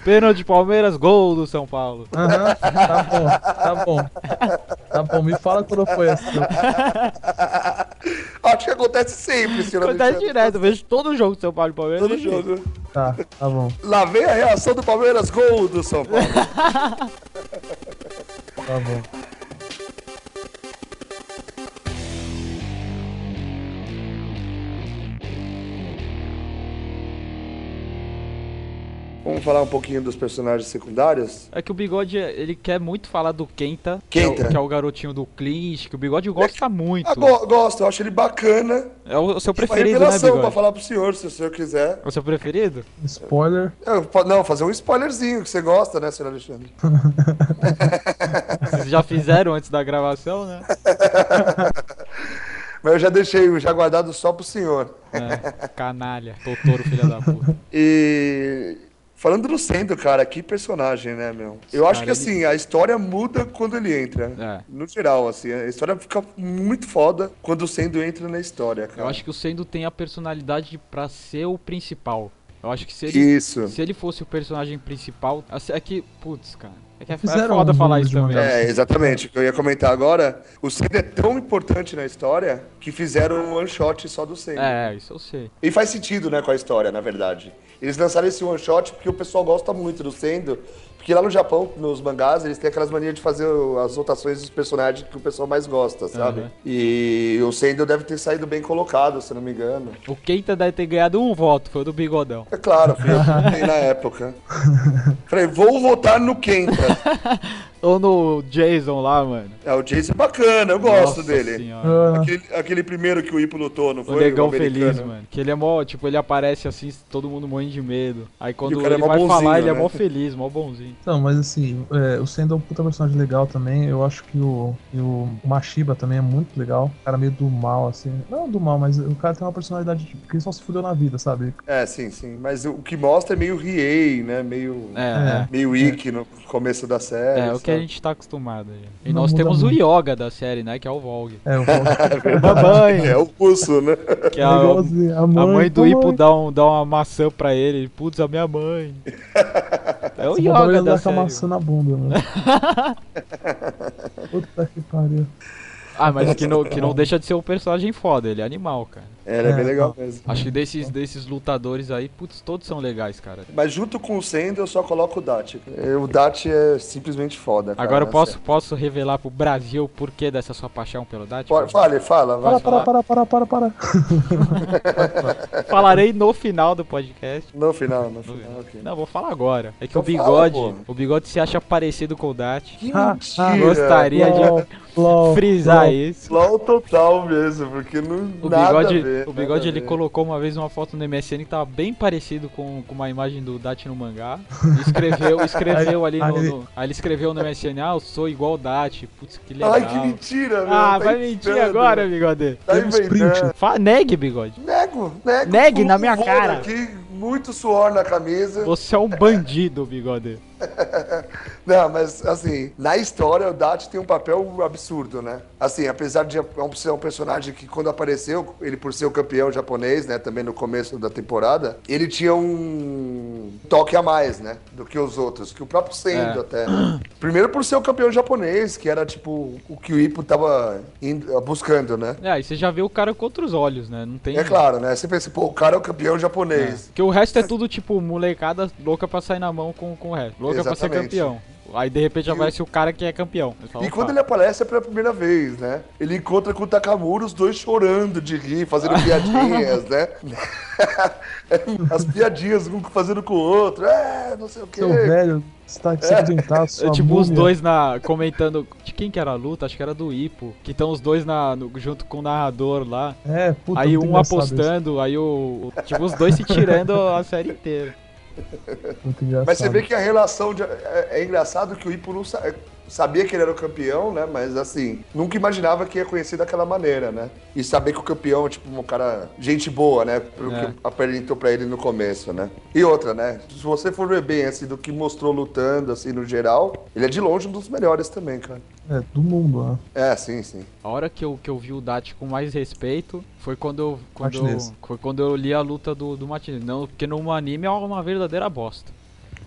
Pênalti Palmeiras, gol do São Paulo. Aham, tá bom, tá bom. Tá bom, me fala quando foi essa. Acho que acontece sempre, senhor Acontece Alexandre. direto, eu vejo todo jogo do São Paulo e Palmeiras. Todo eu vejo. jogo. Tá, tá bom. Lá vem a reação do Palmeiras, gol do São Paulo. Tá bom. Vamos falar um pouquinho dos personagens secundários? É que o Bigode, ele quer muito falar do Kenta, Que, é Kenta. o, que é o garotinho do Clinch, que o Bigode gosta muito. Ah, go- gosto, eu acho ele bacana. É o, o seu Uma preferido, né, revelação pra Bigode? falar pro senhor, se o senhor quiser. É o seu preferido? Spoiler. Eu po- Não, fazer um spoilerzinho que você gosta, né, senhor Alexandre? Vocês já fizeram antes da gravação, né? Mas eu já deixei, já guardado só pro senhor. É, canalha, Totoro, filha da puta. E falando do Sendo, cara, que personagem, né, meu? Eu Cara, acho que ele- assim, a história muda quando ele entra. É. No geral, assim, a história fica muito foda quando o Sendo entra na história, cara. Eu acho que o Sendo tem a personalidade pra ser o principal. Eu acho que se ele, Isso. se ele fosse o personagem principal. assim, É que. Putz, cara. É que é, é Fizeram foda um falar número isso de também. mangás. É, exatamente. O que eu ia comentar agora, o Sendo é tão importante na história que fizeram um one shot só do Sendo. É, isso eu sei. E faz sentido, né, com a história, na verdade. Eles lançaram esse one shot porque o pessoal gosta muito do Sendo. Porque lá no Japão, nos mangás, eles têm aquelas manias de fazer o- as rotações dos personagens que o pessoal mais gosta, sabe? Aham. E o Sendo deve ter saído bem colocado, se não me engano. O Keita deve ter ganhado um voto, foi o do Bigodão. É claro, foi eu que votei na época. Falei, vou votar no Kenta. Ou no Jason lá, mano. É, o Jason é bacana, eu gosto Nossa dele. Senhora. Ah, Aquele, aquele primeiro que o Ipo lutou, não O foi? negão americano. feliz, mano. Que ele é mó, tipo, ele aparece assim, todo mundo morrendo de medo. Aí E o quando cara ele é mó vai falar, bonzinho, ele é né? mó feliz, mó bonzinho. Então, mas assim, é, o Sendo é um puta personagem legal também. Eu acho que o, e o Mashiba também é muito legal. O cara meio do mal, assim. Não do mal, mas o cara tem uma personalidade tipo, que só se fudeu na vida, sabe? É, sim, sim. Mas o que mostra é meio Riei, né? Meio. É, é. meio Ick no começo da série. É, o que a sabe? gente tá acostumado aí. E Não nós muda temos muito. o Yoga da série, né? Que é o Volg. É, o Volk Babanho! É o pulso, né? Que É a, Legalzinho, a a mãe, tá mãe do mãe. Ipo dá, um, dá uma maçã pra ele. Putz, a minha mãe. É o Esse bagulho Yoga da andar com a série. maçã na bunda, mano. Puta que pariu. Ah, mas que não, que não deixa de ser um personagem foda, ele é animal, cara. Era bem É, legal não. mesmo. Acho que desses, desses lutadores aí, putz, todos são legais, cara. Mas junto com o Sendo, eu só coloco o Dat. Eh, O Dat é simplesmente foda. cara, Agora eu né, posso, sério. posso revelar pro Brasil o porquê dessa sua paixão pelo Dati? Fa- Fale, fala, vai. Para, para, para, para, para, para. Falarei no final do podcast. No final, no final, ok. Não, vou falar agora. É que Então o bigode, fala, pô. o bigode se acha parecido com o Dati. Que Ah, ah, mentira. Gostaria LOL, LOL, de frisar LOL. isso. LOL total mesmo, porque não. O nada a bigode, ver, o bigode nada a ele ver. colocou uma vez uma foto no MSN que tava bem parecido com, com uma imagem do Dati no mangá. E escreveu, escreveu ali Aí- no, aí- no- Aí ele escreveu no MSN, ah, eu sou igual o Dati. Putz, que legal. Ai, que mentira, meu. ah, tá vai mentir inventando. agora, bigode. Tá Temos inventando. print. Fa negue, bigode. Nego, nego. Negue com na minha suor cara. Aqui, muito suor na camisa. Você é um bandido, bigode. Não, mas assim, na história o Dat tem um papel absurdo, né? Assim, apesar de é um- ser um personagem que quando apareceu, ele por ser o campeão japonês, né, também no começo da temporada, ele tinha um toque a mais, né, do que os outros, que o próprio Sendo É. até. Primeiro por ser o campeão japonês, que era tipo o que o Ippo tava indo- buscando, né? É, aí você já vê o cara com outros olhos, né? Não tem. É claro, né? Você pensa, pô, o cara é o campeão É. japonês. Porque o resto é tudo, tipo, molecada louca pra sair na mão com, com o resto. Louca pra ser Exatamente. campeão. Aí de repente E o- aparece o cara que é campeão. Você fala, E quando "Opa." ele aparece é pela primeira vez, né? Ele encontra com o Takamura, os dois chorando de rir, fazendo piadinhas, né? As piadinhas, um fazendo com o outro, é, não sei o quê. Seu velho, você tá se apresentar, É, sua tipo, os múmia. dois na comentando de quem que era a luta, acho que era do Ipo, que estão os dois na, no- junto com o narrador lá. É, puta, aí muito um engraçado isso, apostando, aí o, o- tipo os dois se tirando a série inteira. muito engraçado. Mas você vê que a relação de- é, é engraçado que o Ipo não sa- é, sabia que ele era o campeão, né? Mas assim, nunca imaginava que ia conhecer daquela maneira, né? E saber que o campeão é tipo um cara gente boa, né? Pelo É. que apresentou pra ele no começo, né? E outra, né? Se você for ver bem assim do que mostrou lutando assim no geral, ele é de longe um dos melhores também, cara. É, do mundo, né? É, sim, sim. A hora que eu, que eu vi o Dati com mais respeito foi quando eu, quando eu, Martinez. foi quando eu li a luta do, do Martinez. Não, porque no anime é uma verdadeira bosta.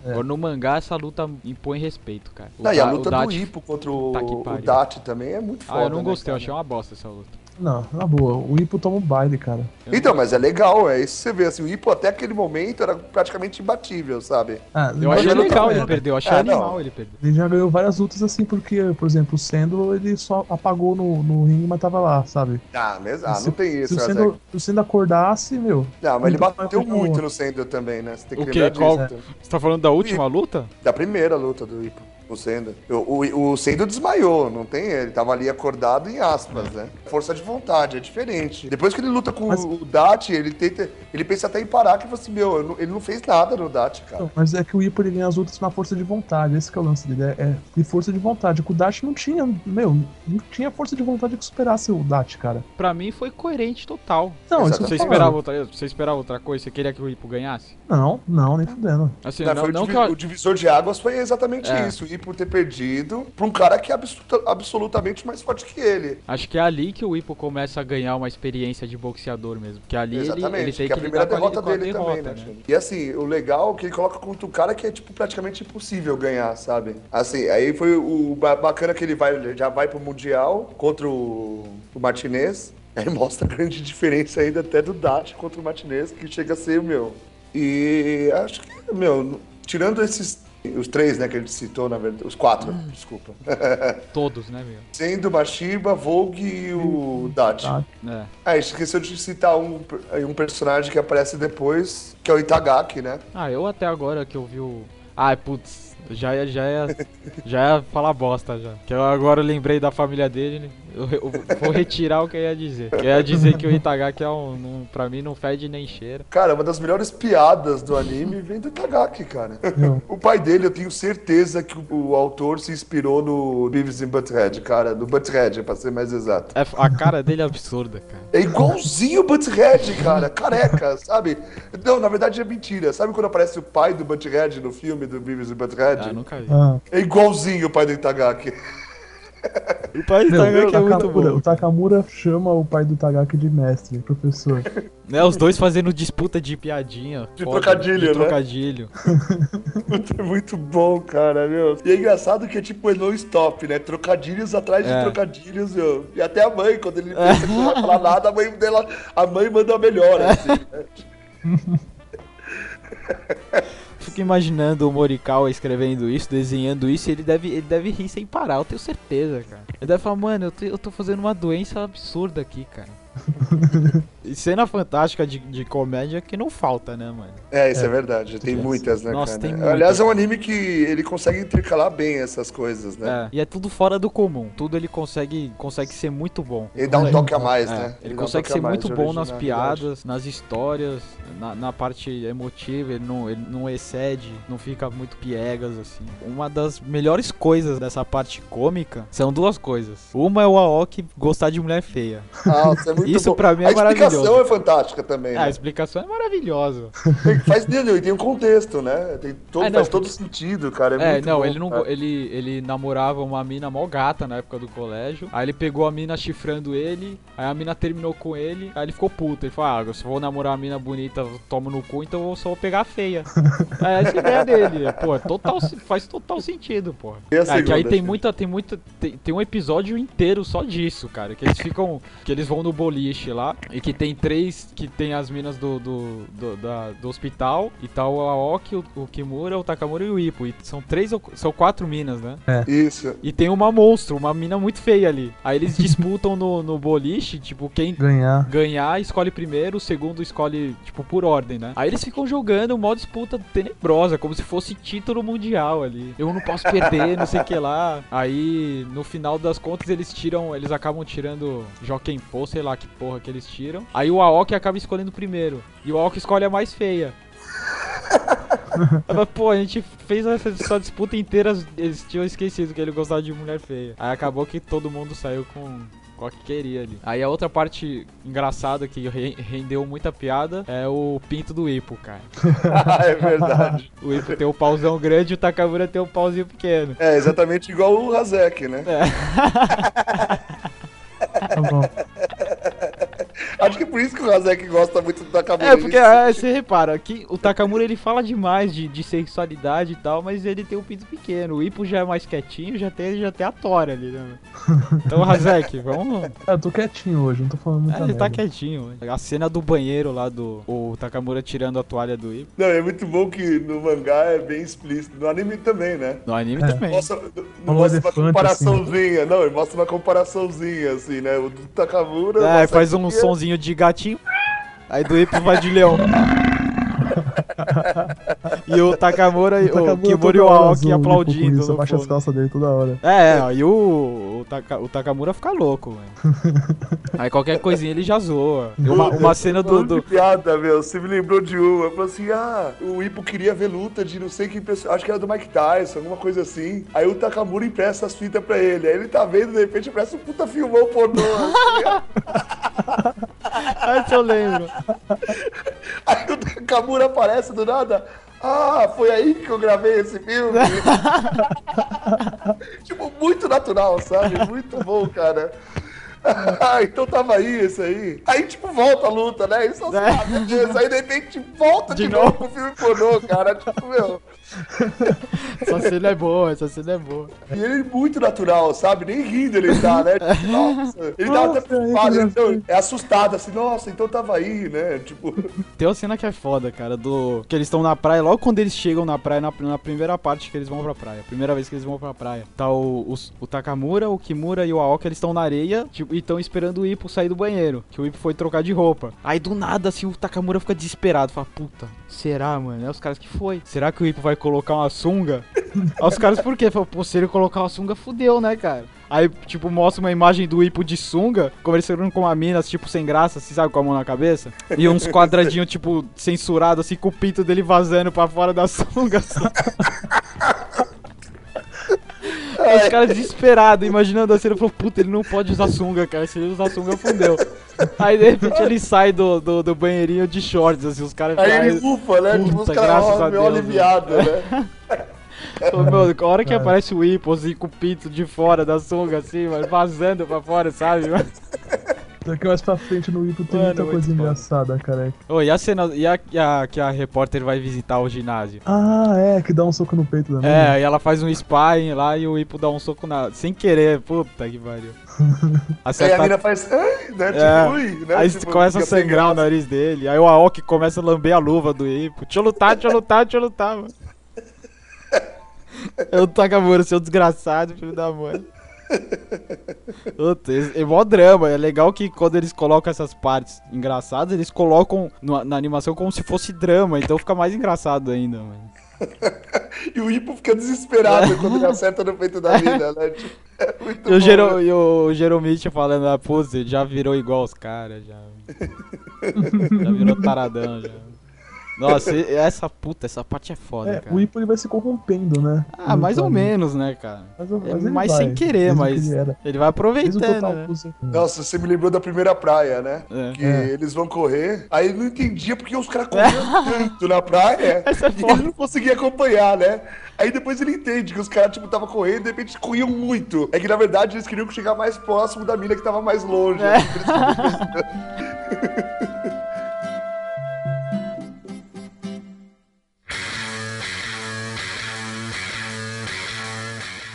É. Agora no mangá essa luta impõe respeito, cara. O Não, e a Da- o luta do Dati- Ipo contra o, Tá que o pariu. Dati também é muito Ah, foda. eu não né, gostei, eu cara? achei uma bosta essa luta. Não, na boa, o Ipo toma um baile, cara. Então, mas é legal, é isso que você vê. Assim, o Ipo até aquele momento era praticamente imbatível, sabe? Ah, Eu não achei adianta, legal ele né? perder, eu achei Ah, não. animal ele perder. Ele já ganhou várias lutas assim, porque, por exemplo, o Sendo ele só apagou no, no ringue, mas tava lá, sabe? Ah, mas, ah Se- não tem isso, se o, Razek. Sendo, se o Sendo acordasse, meu. Não, mas ele Então, bateu vai continuar. muito no Sendo também, né? Você tem que O quê? lembrar disso. Qual- Você tá falando da última luta? Da primeira luta do Ipo. O Sendo. O, o, o Sendo desmaiou, não tem? Ele tava ali acordado em aspas, né? Força de vontade, é diferente. Depois que ele luta com Mas- o Dati, ele tenta. Ele pensa até em parar, que ele fala assim, meu, eu não- ele não fez nada no Dati, cara. Não, mas é que o Ipo ele ganha as lutas na força de vontade, esse que é o lance dele, é, é de força de vontade. Que o Dash não tinha, meu, não tinha força de vontade que superasse o Dash, cara. Pra mim foi coerente total. Não, isso que eu Você tô falando. esperava, outra, você esperava outra coisa? Você queria que o Ipo ganhasse? Não, não, nem fudendo. Assim, Não, não, Né, foi o, não que divi- o eu... divisor de águas foi exatamente É. isso. E por ter perdido pra um cara que é absoluta- absolutamente mais forte que ele. Acho que é ali que o Ipo começa a ganhar uma experiência de boxeador mesmo. Porque ali ele, exatamente. ele que tem que, a primeira lidar com a, derrota com a dele derrota, também, né? né? E assim, o legal é que ele coloca contra um cara que é tipo praticamente impossível ganhar, sabe? Assim, aí foi o ba- bacana que ele vai, ele já vai pro Mundial contra o, o Martinez. Aí mostra a grande diferença ainda até do Dati contra o Martinez, que chega a ser o meu. E acho que, meu, tirando esses. Os três, né, que a gente citou, na verdade. Os quatro, desculpa. Todos, né, meu? Sendo Mashiba, Vogue e o Dati. Dati. É. Ah, esqueceu de citar um, um personagem que aparece depois, que é o Itagaki, né? Ah, eu até agora que eu vi o... Ah, putz, já ia, já ia, já ia falar bosta já. Que eu agora lembrei da família dele, eu, re- eu vou retirar o que eu ia dizer. Eu ia dizer que o Itagaki é um, um, pra mim não fede nem cheira. Cara, é uma das melhores piadas do anime vem do Itagaki, cara. Meu, O pai dele, eu tenho certeza que o, o autor se inspirou no Beavis and Butthead, cara. No Butthead, pra ser mais exato. É, a cara dele é absurda, cara. É igualzinho o Butthead, cara. Careca, sabe? Não, na verdade é mentira. Sabe quando aparece o pai do Butthead no filme do Beavis and Ah, Butthead? nunca vi. ah, É igualzinho o pai do Itagaki. O pai Meu, tá Tagaki é muito Takamura- bom. o Takamura chama o pai do Tagaki de mestre, professor. Né, os dois fazendo disputa de piadinha. De trocadilho, de né? trocadilho. Puta, é muito bom, cara, meu. E é engraçado que é tipo é no stop, né? Trocadilhos atrás de É. trocadilhos, meu. E até a mãe, quando ele pensa que não vai falar nada, a mãe dela, a mãe manda a melhor, assim, né? Fico imaginando o Morikawa escrevendo isso, desenhando isso, e ele deve, ele deve rir sem parar, eu tenho certeza, cara. Ele deve falar, mano, eu tô, eu tô fazendo uma doença absurda aqui, cara. e cena fantástica de, de comédia que não falta, né, mano? É, isso é, verdade. Tem Nossa. muitas, né, Nossa, cara? tem Aliás, muitas. é um anime que ele consegue intercalar bem essas coisas, né? É, E é tudo fora do comum. Tudo ele consegue, consegue ser muito bom. Ele dá um consegue- toque a mais, É, né? Ele, dá um consegue toque a ser mais muito de bom nas originalidade. piadas, nas histórias, na, na parte emotiva, ele não, ele não excede, não fica muito piegas, assim. Uma das melhores coisas dessa parte cômica são duas coisas. Uma é o Aoki gostar de mulher feia. Ah, isso é muito Isso bom. pra mim é a explicação maravilhoso. é fantástica também. É, né? a explicação é maravilhosa. Tem- Faz dele, e tem um contexto, né? Tem todo, É, não, faz todo sentido, cara. É, É, muito não, bom, ele não cara. go- ele, ele namorava uma mina mó gata na época do colégio. Aí ele pegou a mina chifrando ele, aí a mina terminou com ele, aí ele ficou puto. Ele falou: Ah, se eu vou namorar a mina bonita, eu tomo no cu, então eu só vou pegar a feia. é essa a ideia dele, é, pô, é total, se- faz total sentido, pô. E a É, que aí segunda, tem Chico? muita, tem muita, tem, tem um episódio inteiro só disso, cara, que eles ficam, que eles vão no boliche lá, e que tem três, que tem as minas do, do, do, da- do hospital, e tal o Aoki, o, o Kimura, o Takamura e o Ippo, e são três, ou- são quatro minas, né? Isso. E tem uma monstro, uma mina muito feia ali. Aí eles disputam no, no boliche, tipo, quem Ganhar. ganhar escolhe primeiro, o segundo escolhe, tipo, por ordem, né? Aí eles ficam jogando uma disputa tenebrosa, como se fosse título mundial ali. Eu não posso perder, não sei o que lá. Aí, no final das contas, eles tiram, eles acabam tirando Jokenpô, sei lá que porra que eles tiram. Aí o Aoki acaba escolhendo primeiro. E o Aoki escolhe a mais feia. Mas, pô, a gente fez essa, essa disputa inteira, eles tinham esquecido que ele gostava de mulher feia. Aí acabou que todo mundo saiu com, com a que queria ali. Aí a outra parte engraçada que re- rendeu muita piada é o pinto do Ipo, cara. Ah, é verdade. O Ipo tem o pauzão grande e o Takamura tem o pauzinho pequeno. É exatamente igual o Hazek, né? É. Tá bom. Acho que é por isso que o Hazek gosta muito da cabeça. É, porque é, você repara, que o Takamura ele fala demais de, de sexualidade e tal, mas ele tem o pinto pequeno. O Ipo já é mais quietinho, já tem, já tem a tora ali, né? Então, Hazek, vamos. Ah, eu tô quietinho hoje, não tô falando É, muito. ele tá quietinho. A cena do banheiro lá do. O Takamura tirando a toalha do Ipo. Não, é muito bom que no mangá é bem explícito. No anime também, né? No anime É. também. Mostra, Um mostra uma elefante, comparaçãozinha, não, ele mostra uma comparaçãozinha, assim, né? O do Takamura. É, mostra faz um aqui, sonzinho de gatinho. Aí do Ipo vai de leão. e o Takamura, né, o, Kimura e o Aoki aplaudindo. no Abaixa as fundo. calças dele toda hora. É, é, aí o, o, Taka- o Takamura fica louco, velho. Aí qualquer coisinha ele já zoa. Uma, uma cena do. falando de do... é piada, meu. Você me lembrou de uma. Falou assim: ah, o Ipo queria ver luta de não sei quem. pessoa- Acho que era do Mike Tyson, alguma coisa assim. Aí o Takamura empresta as fitas pra ele. Aí ele tá vendo, de repente, parece um puta filmão pornô. assim. Ah, se eu lembro. aí o Takamura aparece do nada. Ah, foi aí que eu gravei esse filme. tipo, muito natural, sabe? Muito bom, cara. Ah, então tava aí esse aí. Aí, tipo, volta a luta, né? Isso É. Aí de repente volta de, De novo novo. pro filme pornô, cara. Tipo, meu. Essa cena é boa, essa cena é boa. E ele é muito natural, sabe? Nem rindo ele tá, né? Tipo, Nossa. Ele tava até Nossa, aí que preocupado, ele engraçado. então, é assustado, assim, nossa, então tava aí, né? Tipo, Tem uma cena que é foda, cara, do. Que eles estão na praia, logo quando eles chegam na praia, na, na primeira parte que eles vão pra praia. Primeira vez que eles vão pra praia. Tá o, os- o Takamura, o Kimura e o Aoki, eles estão na areia, tipo, e estão esperando o Ipo sair do banheiro. Que o Ipo foi trocar de roupa. Aí do nada, assim, o Takamura fica desesperado. Fala, puta, será, mano? Aí os caras que foi. Será que o Ipo vai colocar uma sunga? Aí os caras, por quê? Fala, pô, se ele colocar uma sunga, fudeu, né, cara? Aí, tipo, mostra uma imagem do Ipo de sunga, conversando com uma mina, tipo, sem graça, assim, sabe, com a mão na cabeça. E uns quadradinhos, tipo, censurado, assim, com o pinto dele vazando pra fora da sunga. assim. Aí os caras desesperados, imaginando a cena, falou, puta, ele não pode usar sunga, cara. Se ele usar sunga, fudeu. Aí, de repente, ele sai do, do, do banheirinho de shorts, assim, os caras... aí aí- ele ufa, né? tipo, os Puta, caras graças ó, a meio Deus, aliviado, né? Ô, meu, a hora que aparece o Ipo, assim, com o pinto de fora da sunga, assim, mano, vazando pra fora, sabe? mano? Daqui mais pra frente no Ipo tem Mano, é muita muito coisa bom. engraçada, careca. Ô, e a cena e a, e a- que a repórter vai visitar o ginásio? Ah, é, que dá um soco no peito Hum. também. né? É, e ela faz um sparring lá e o Ipo dá um soco na. Sem querer, puta que pariu. Aí a Acerta mina faz. "Ai", né? Tipo, tá- É. ui, né? Aí tipo, começa a né? fica sem sangrar o nariz dele. Aí o Aoki começa a lamber a luva do Ipo. Deixa eu lutar, deixa eu lutar, deixa eu lutar, mano. É o Takamura, seu desgraçado, filho da mãe. Puta, esse- é mó drama. É legal que quando eles colocam essas partes engraçadas, eles colocam no- na animação como se fosse drama. Então fica mais engraçado ainda, mano. E o Ipo fica desesperado quando ele acerta no peito da mina, né? Tipo, é muito E o, bom, Jero, né? e o Jeromichi falando, ah, pô, você já virou igual os caras, já. já virou taradão, já. Nossa, e- essa puta, essa parte é foda, É, cara. o Ipo ele vai se corrompendo, né? Ah, mais ou Eventualmente. menos, né, cara? Mais, ou- É mas ele mais vai, sem querer, desde mas- que Ele era. Ele vai Desde o aproveitando, total né? Fusion. Nossa, você me lembrou da primeira praia, né? É. Que eles vão correr. Aí eu não entendia porque os caras corriam tanto na praia. É. Essa é e foda. ele não conseguia acompanhar, né? Aí depois ele entende que os caras, tipo, tava correndo e de repente corriam muito. É que na verdade eles queriam chegar mais próximo da mina que tava mais longe. É.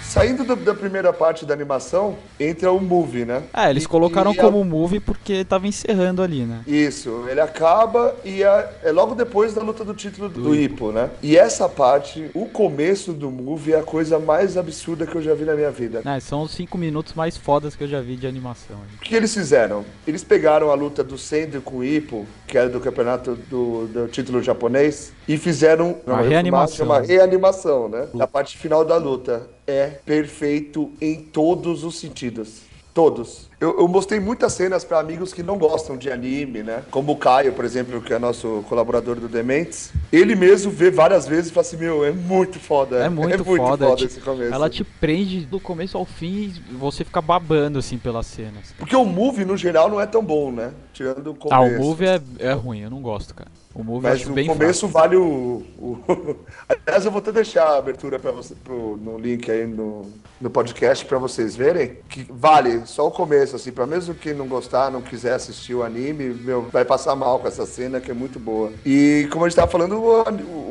Saindo do- da primeira parte da animação, entra o movie, né? É, eles E- colocaram e a- como movie porque tava encerrando ali, né? Isso, ele acaba e a- é logo depois da luta do título do, Hippo, né? E essa parte, o começo do movie é a coisa mais absurda que eu já vi na minha vida. É, são os cinco minutos mais fodas que eu já vi de animação. hein. O que eles fizeram? Eles pegaram a luta do Sendo com o Hippo, que era do campeonato do, do título japonês, e fizeram Uma refilmagem, reanimação. uma reanimação, né? Da parte final da luta. É perfeito em todos os sentidos. Todos. Eu, eu mostrei muitas cenas para amigos que não gostam de anime, né? Como o Caio, por exemplo, que é nosso colaborador do Dementes. Ele mesmo vê várias vezes e fala assim: Meu, é muito foda. É muito, foda. te- esse começo. Ela te prende do começo ao fim e você fica babando, assim, pelas cenas. Porque o movie, no geral, não é tão bom, né? Tirando o começo. Ah, o movie é, é ruim, eu não gosto, cara. O movie eu Mas acho no bem começo vale o, o- Aliás, eu vou até deixar a abertura para você pro, no link aí no, no podcast para vocês verem. Que vale, só o começo, assim, para mesmo quem não gostar, não quiser assistir o anime, meu, vai passar mal com essa cena que é muito boa. E como a gente tava falando, o,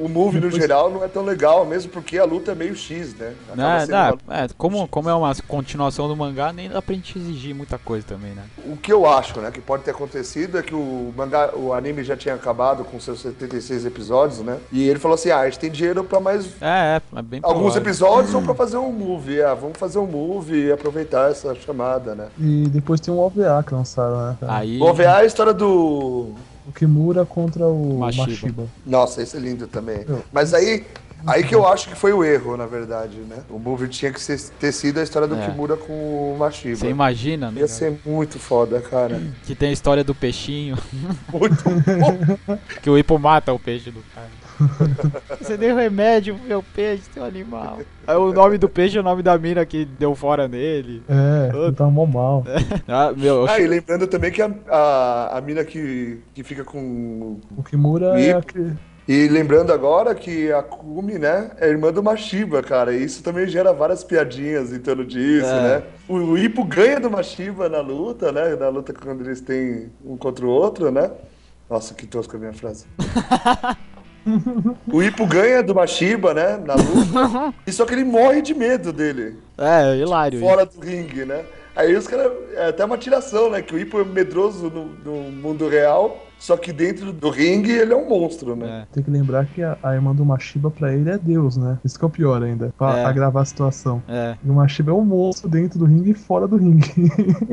o movie no geral não é tão legal, mesmo porque a luta é meio X, né? Acaba Né, sendo dá, uma é, como, como é uma continuação do mangá, nem dá pra gente exigir muita coisa também, né? O que eu acho, né, que pode ter acontecido é que o mangá, o anime já tinha acabado com seus 76 episódios, né? E ele falou assim: "Ah, a gente tem dinheiro pra mais É, é, é bem alguns provável. episódios ou pra fazer um movie". Ah, vamos fazer um movie e aproveitar essa chamada, né? E depois tem um OVA que lançaram, né? Aí, O OVA é a história do O Kimura contra o Mashiba. Mashiba. Nossa, esse é lindo também. Eu. Mas aí Aí que eu acho que foi o erro, na verdade, né? O movie tinha que ser- ter sido a história do É. Kimura com o Mashiba. você imagina, né, Ia ser muito foda, cara. cara? que tem a história do peixinho, Muito bom. que o Ipo mata o peixe do cara. Você deu remédio pro meu peixe, seu animal. Aí o nome do peixe é o nome da mina que deu fora nele. É, ele tava mó mal. Ah, meu, eu Ah, e lembrando também que a, a, a mina que, que fica com. O Kimura é Ipo. aquele. E lembrando agora que a Kumi, né, é irmã do Mashiba, cara. E isso também gera várias piadinhas em torno disso, É. né? O, o Ipo ganha do Mashiba na luta, né? Na luta quando eles têm um contra o outro, né? Nossa, que tosca a minha frase. o Ipo ganha do Mashiba, né? Na luta. E só que ele morre de medo dele. É, hilário. fora do ringue, né? Aí os caras. É até uma tiração, né? Que o Hippo é medroso no, no mundo real, só que dentro do ringue ele é um monstro, né? É. Tem que lembrar que a, a irmã do Mashiba pra ele é Deus, né? Isso que é o pior ainda, pra É. agravar a situação. É, E o Mashiba é um monstro dentro do ringue e fora do ringue.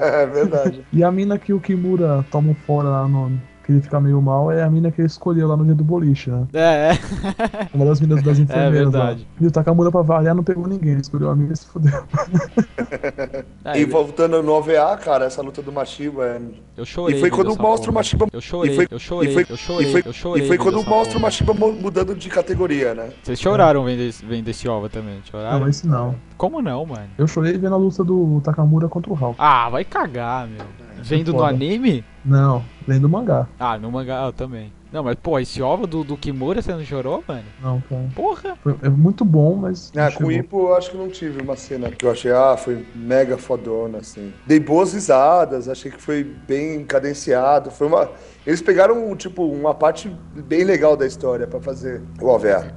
É, verdade. E a mina que o Kimura toma um fora lá no. Que ele fica meio mal, é a mina que ele escolheu lá no dia do boliche, né? é, é. Uma das minas das enfermeiras. verdade. Lá. E o Takamura pra variar não pegou ninguém, ele escolheu a mina e se fudeu. É, e voltando no OVA, cara, essa luta do Mashiba. é- Eu chorei. E foi quando vendo essa mostra o porra. Mashiba- Eu chorei, e foi- eu chorei, e foi- eu chorei, e foi, eu chorei. e foi vendo quando essa mostra o porra. Mashiba mu- mudando de categoria, né? Vocês choraram vendo esse, vendo esse ova também, choraram? Não, esse não. Como não, mano? Eu chorei vendo a luta do Takamura contra o Hulk. É, Ah, vai cagar, meu. Vendo no foda. anime? Não, Lendo o mangá. Ah, no mangá eu também. Não, mas pô, esse OVA do, do Kimura você não chorou, mano? Não, cara. Porra! Foi- É muito bom, mas. não Ah, com chegou. o Ipo eu acho que não tive uma cena que eu achei, ah, foi mega fodona, assim. Dei boas risadas, achei que foi bem cadenciado. Foi uma. Eles pegaram, tipo, uma parte bem legal da história pra fazer o OVA.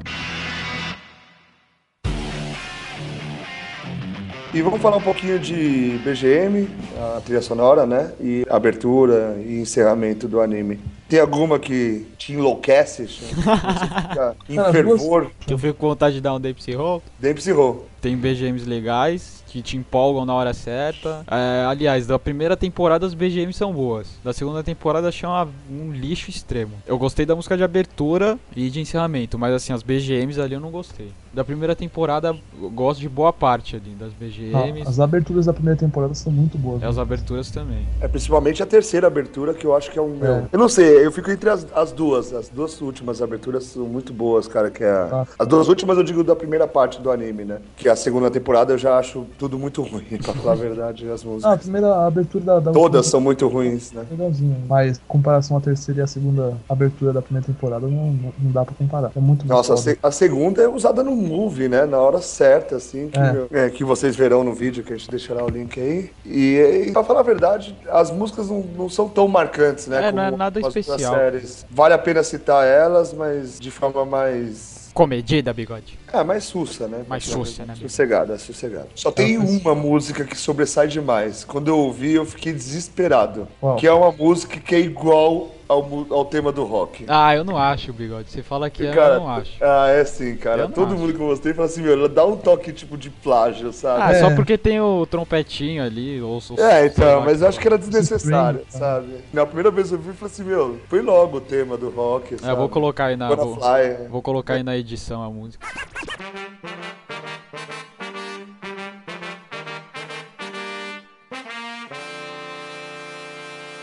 E vamos falar um pouquinho de BGM, a trilha sonora, né? E abertura e encerramento do anime. Tem alguma que te enlouquece? Sean? Você fica em Cara, fervor? Que eu fico com vontade de dar um Dempsey Roll. Dempsey Roll. Tem BGMs legais, que te empolgam na hora certa. É, aliás, da primeira temporada as BGMs são boas. Da segunda temporada achei uma- um lixo extremo. Eu gostei da música de abertura e de encerramento, mas assim, as BGMs ali eu não gostei. Da primeira temporada eu gosto de boa parte ali, das Ah, BGMs. as aberturas da primeira temporada são muito boas. E as aberturas também. É principalmente a terceira abertura que eu acho que é um meu. É. Eu não sei, eu fico entre as, as duas. As duas últimas aberturas são muito boas, cara. Que é a- Ah. As duas últimas eu digo da primeira parte do anime, né? Que a segunda temporada eu já acho tudo muito ruim, pra falar a verdade, as Ah, a músicas. primeira abertura da. da Todas são muito ruins, né? Legalzinho, mas em comparação à terceira e à segunda abertura da primeira temporada, não, não, não dá pra comparar. É muito Nossa, a, foda. se- a segunda é usada no movie, né? Na hora certa, assim, que, É. meu- é, que vocês verão no vídeo, que a gente deixará o link aí. E, e pra falar a verdade, as músicas não, não são tão marcantes, né? É, não é nada as outras especial. séries. Vale a pena citar elas, mas de forma mais. Comedida, bigode. É, mais sussa, né? Mais sussa, né? Então, Sossegada, sossegada. Só tem uma música que sobressai demais. Quando eu ouvi, eu fiquei desesperado. Qual? Que é uma música que é igual ao, mu- ao tema do rock. Ah, eu não acho, bigode. Você fala que é, Cara, eu não acho. Ah, é sim, Eu cara. não Todo acho. mundo que eu gostei fala assim, meu, ela dá um toque tipo de plágio, Ah, sabe? é. só porque tem o trompetinho ali, ou, ou É, sei lá então, mas que eu acho que era desnecessário, Spring, cara. sabe? Na primeira vez eu vi, eu falei assim, meu, foi logo o tema do rock, É, sabe? é. eu vou colocar aí na. Wanna Vou, Fly. vou colocar aí na edição a música.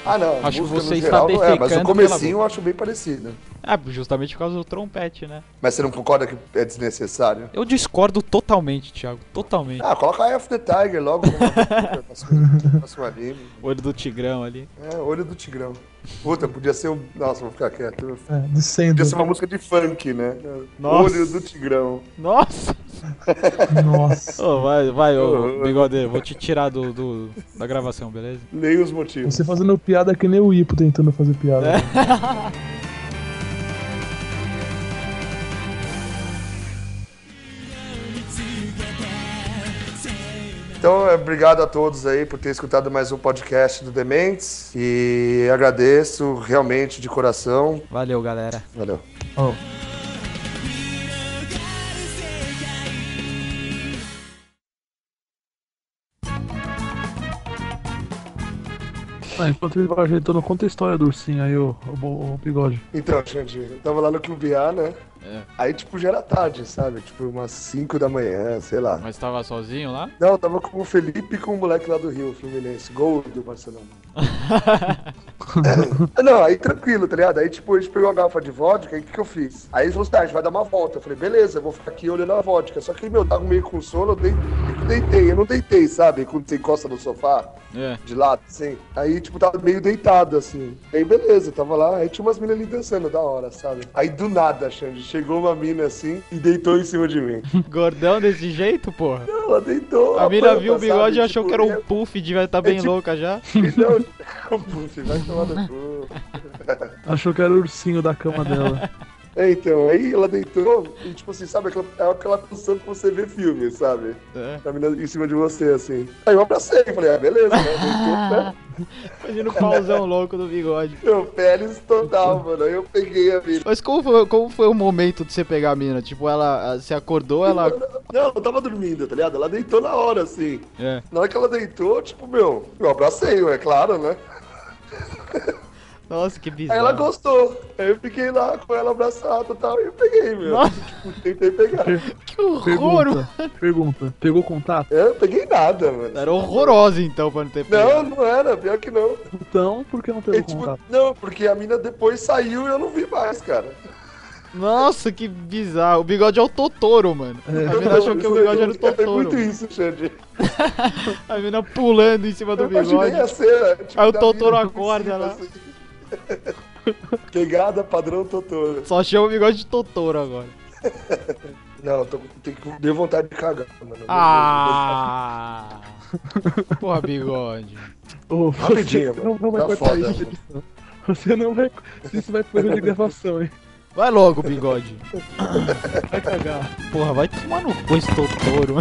Ah, não. Acho que música no você está geral, não é, mas o defecando comecinho pela eu acho bem parecido. Ah, justamente por causa do trompete, né? Mas você não concorda que é desnecessário? Eu discordo totalmente, Thiago. Totalmente. Ah, coloca Eye of the Tiger logo né? como abertura, próximo- próximo anime. Olho do Tigrão ali. É, Olho do Tigrão. Puta, podia ser um... Nossa, vou ficar quieto. É, descendo. Podia ser uma música de funk, né? Nossa. Olho do Tigrão. Nossa! Nossa. Ô, vai, vai, ô, Uhum. bigode, eu vou te tirar do, do- da gravação, beleza? Leia os motivos. Você fazendo piada é que nem o Ipo tentando fazer piada. Então, é, obrigado a todos aí por ter escutado mais um podcast do Dementes. E agradeço realmente de coração. Valeu, galera. Valeu. Ó. Ah, enquanto ele vai ajeitando, conta a história do ursinho aí, o, o, o bigode. Então, gente, eu tava lá no Clube A, né? É. Aí, tipo, já era tarde, sabe? Tipo, umas 5 da manhã, sei lá. Mas tava sozinho lá? Não, eu tava com o Felipe e com o moleque lá do Rio, o Fluminense. Gol do Barcelona. É, Não, aí tranquilo, tá ligado? Aí, tipo, a gente pegou uma garrafa de vodka, aí o que, que eu fiz? Aí eles falaram assim, ah, a gente vai dar uma volta. Eu falei, beleza, eu vou ficar aqui olhando a vodka. Só que, meu, eu tava meio com sono, eu dei- eu deitei. Eu não deitei, sabe? Quando você encosta no sofá, É. de lado, assim. Aí, tipo, tava meio deitado, assim. Aí, beleza, tava lá. Aí tinha umas minas ali dançando, da hora, sabe? Aí, do nada, Xande, chegou uma mina, assim, e deitou em cima de mim. Gordão desse jeito, porra? Ela deitou. A mina planta, viu o bigode e sabe? achou Tipo, que era eu- um puff, devia estar bem tipo- louca já. Não, Puff, Então, vai tomar no cu. Achou que era o ursinho da cama dela. É, então, aí ela deitou e, tipo assim, sabe, aquela, é aquela posição que você vê filme, sabe? É. A mina em cima de você, assim. Aí eu abracei, falei, ah, beleza, né? Deitou, né? Imagina o pauzão louco do bigode. Meu, pênis total, mano. Aí eu peguei a mina. Mas como foi, como foi o momento de você pegar a mina? Tipo, ela se acordou, ela. Não, eu tava dormindo, tá ligado? Ela deitou na hora, assim. É. Na hora que ela deitou, tipo, meu, eu abracei, é claro, né? Nossa, que Aí bizarro. ela gostou. Aí eu fiquei lá com ela abraçada e tal, e eu peguei, meu. Nossa. Tipo, tentei pegar. Que horror! Pergunta, pergunta. Pegou contato? É, Eu não peguei nada, mano. Era horrorosa então pra não ter Não, não era, pior que não. Então, por que não E, pegou tipo, contato? não, porque a mina depois saiu e eu não vi mais, cara. Nossa, que bizarro. O bigode é o Totoro, mano. É. A mina achou que o bigode era o Foi Totoro. é muito isso, Xande. A mina pulando em cima do Eu imaginei bigode. a cena. tipo, Aí o da Totoro mina em acorda cima, lá. assim. Pegada padrão Totoro. Só chama o bigode de Totoro agora. Não, eu tô, tenho que, deu vontade de cagar, mano. Ah! Porra, bigode. Ô, Rapidinho, você mano. não, não vai Tá cortar foda, isso. mano. edição. Você não vai. Isso vai pro erro de gravação, hein? Vai logo, bigode. Vai cagar. Porra, vai tomar no cu esse Totoro.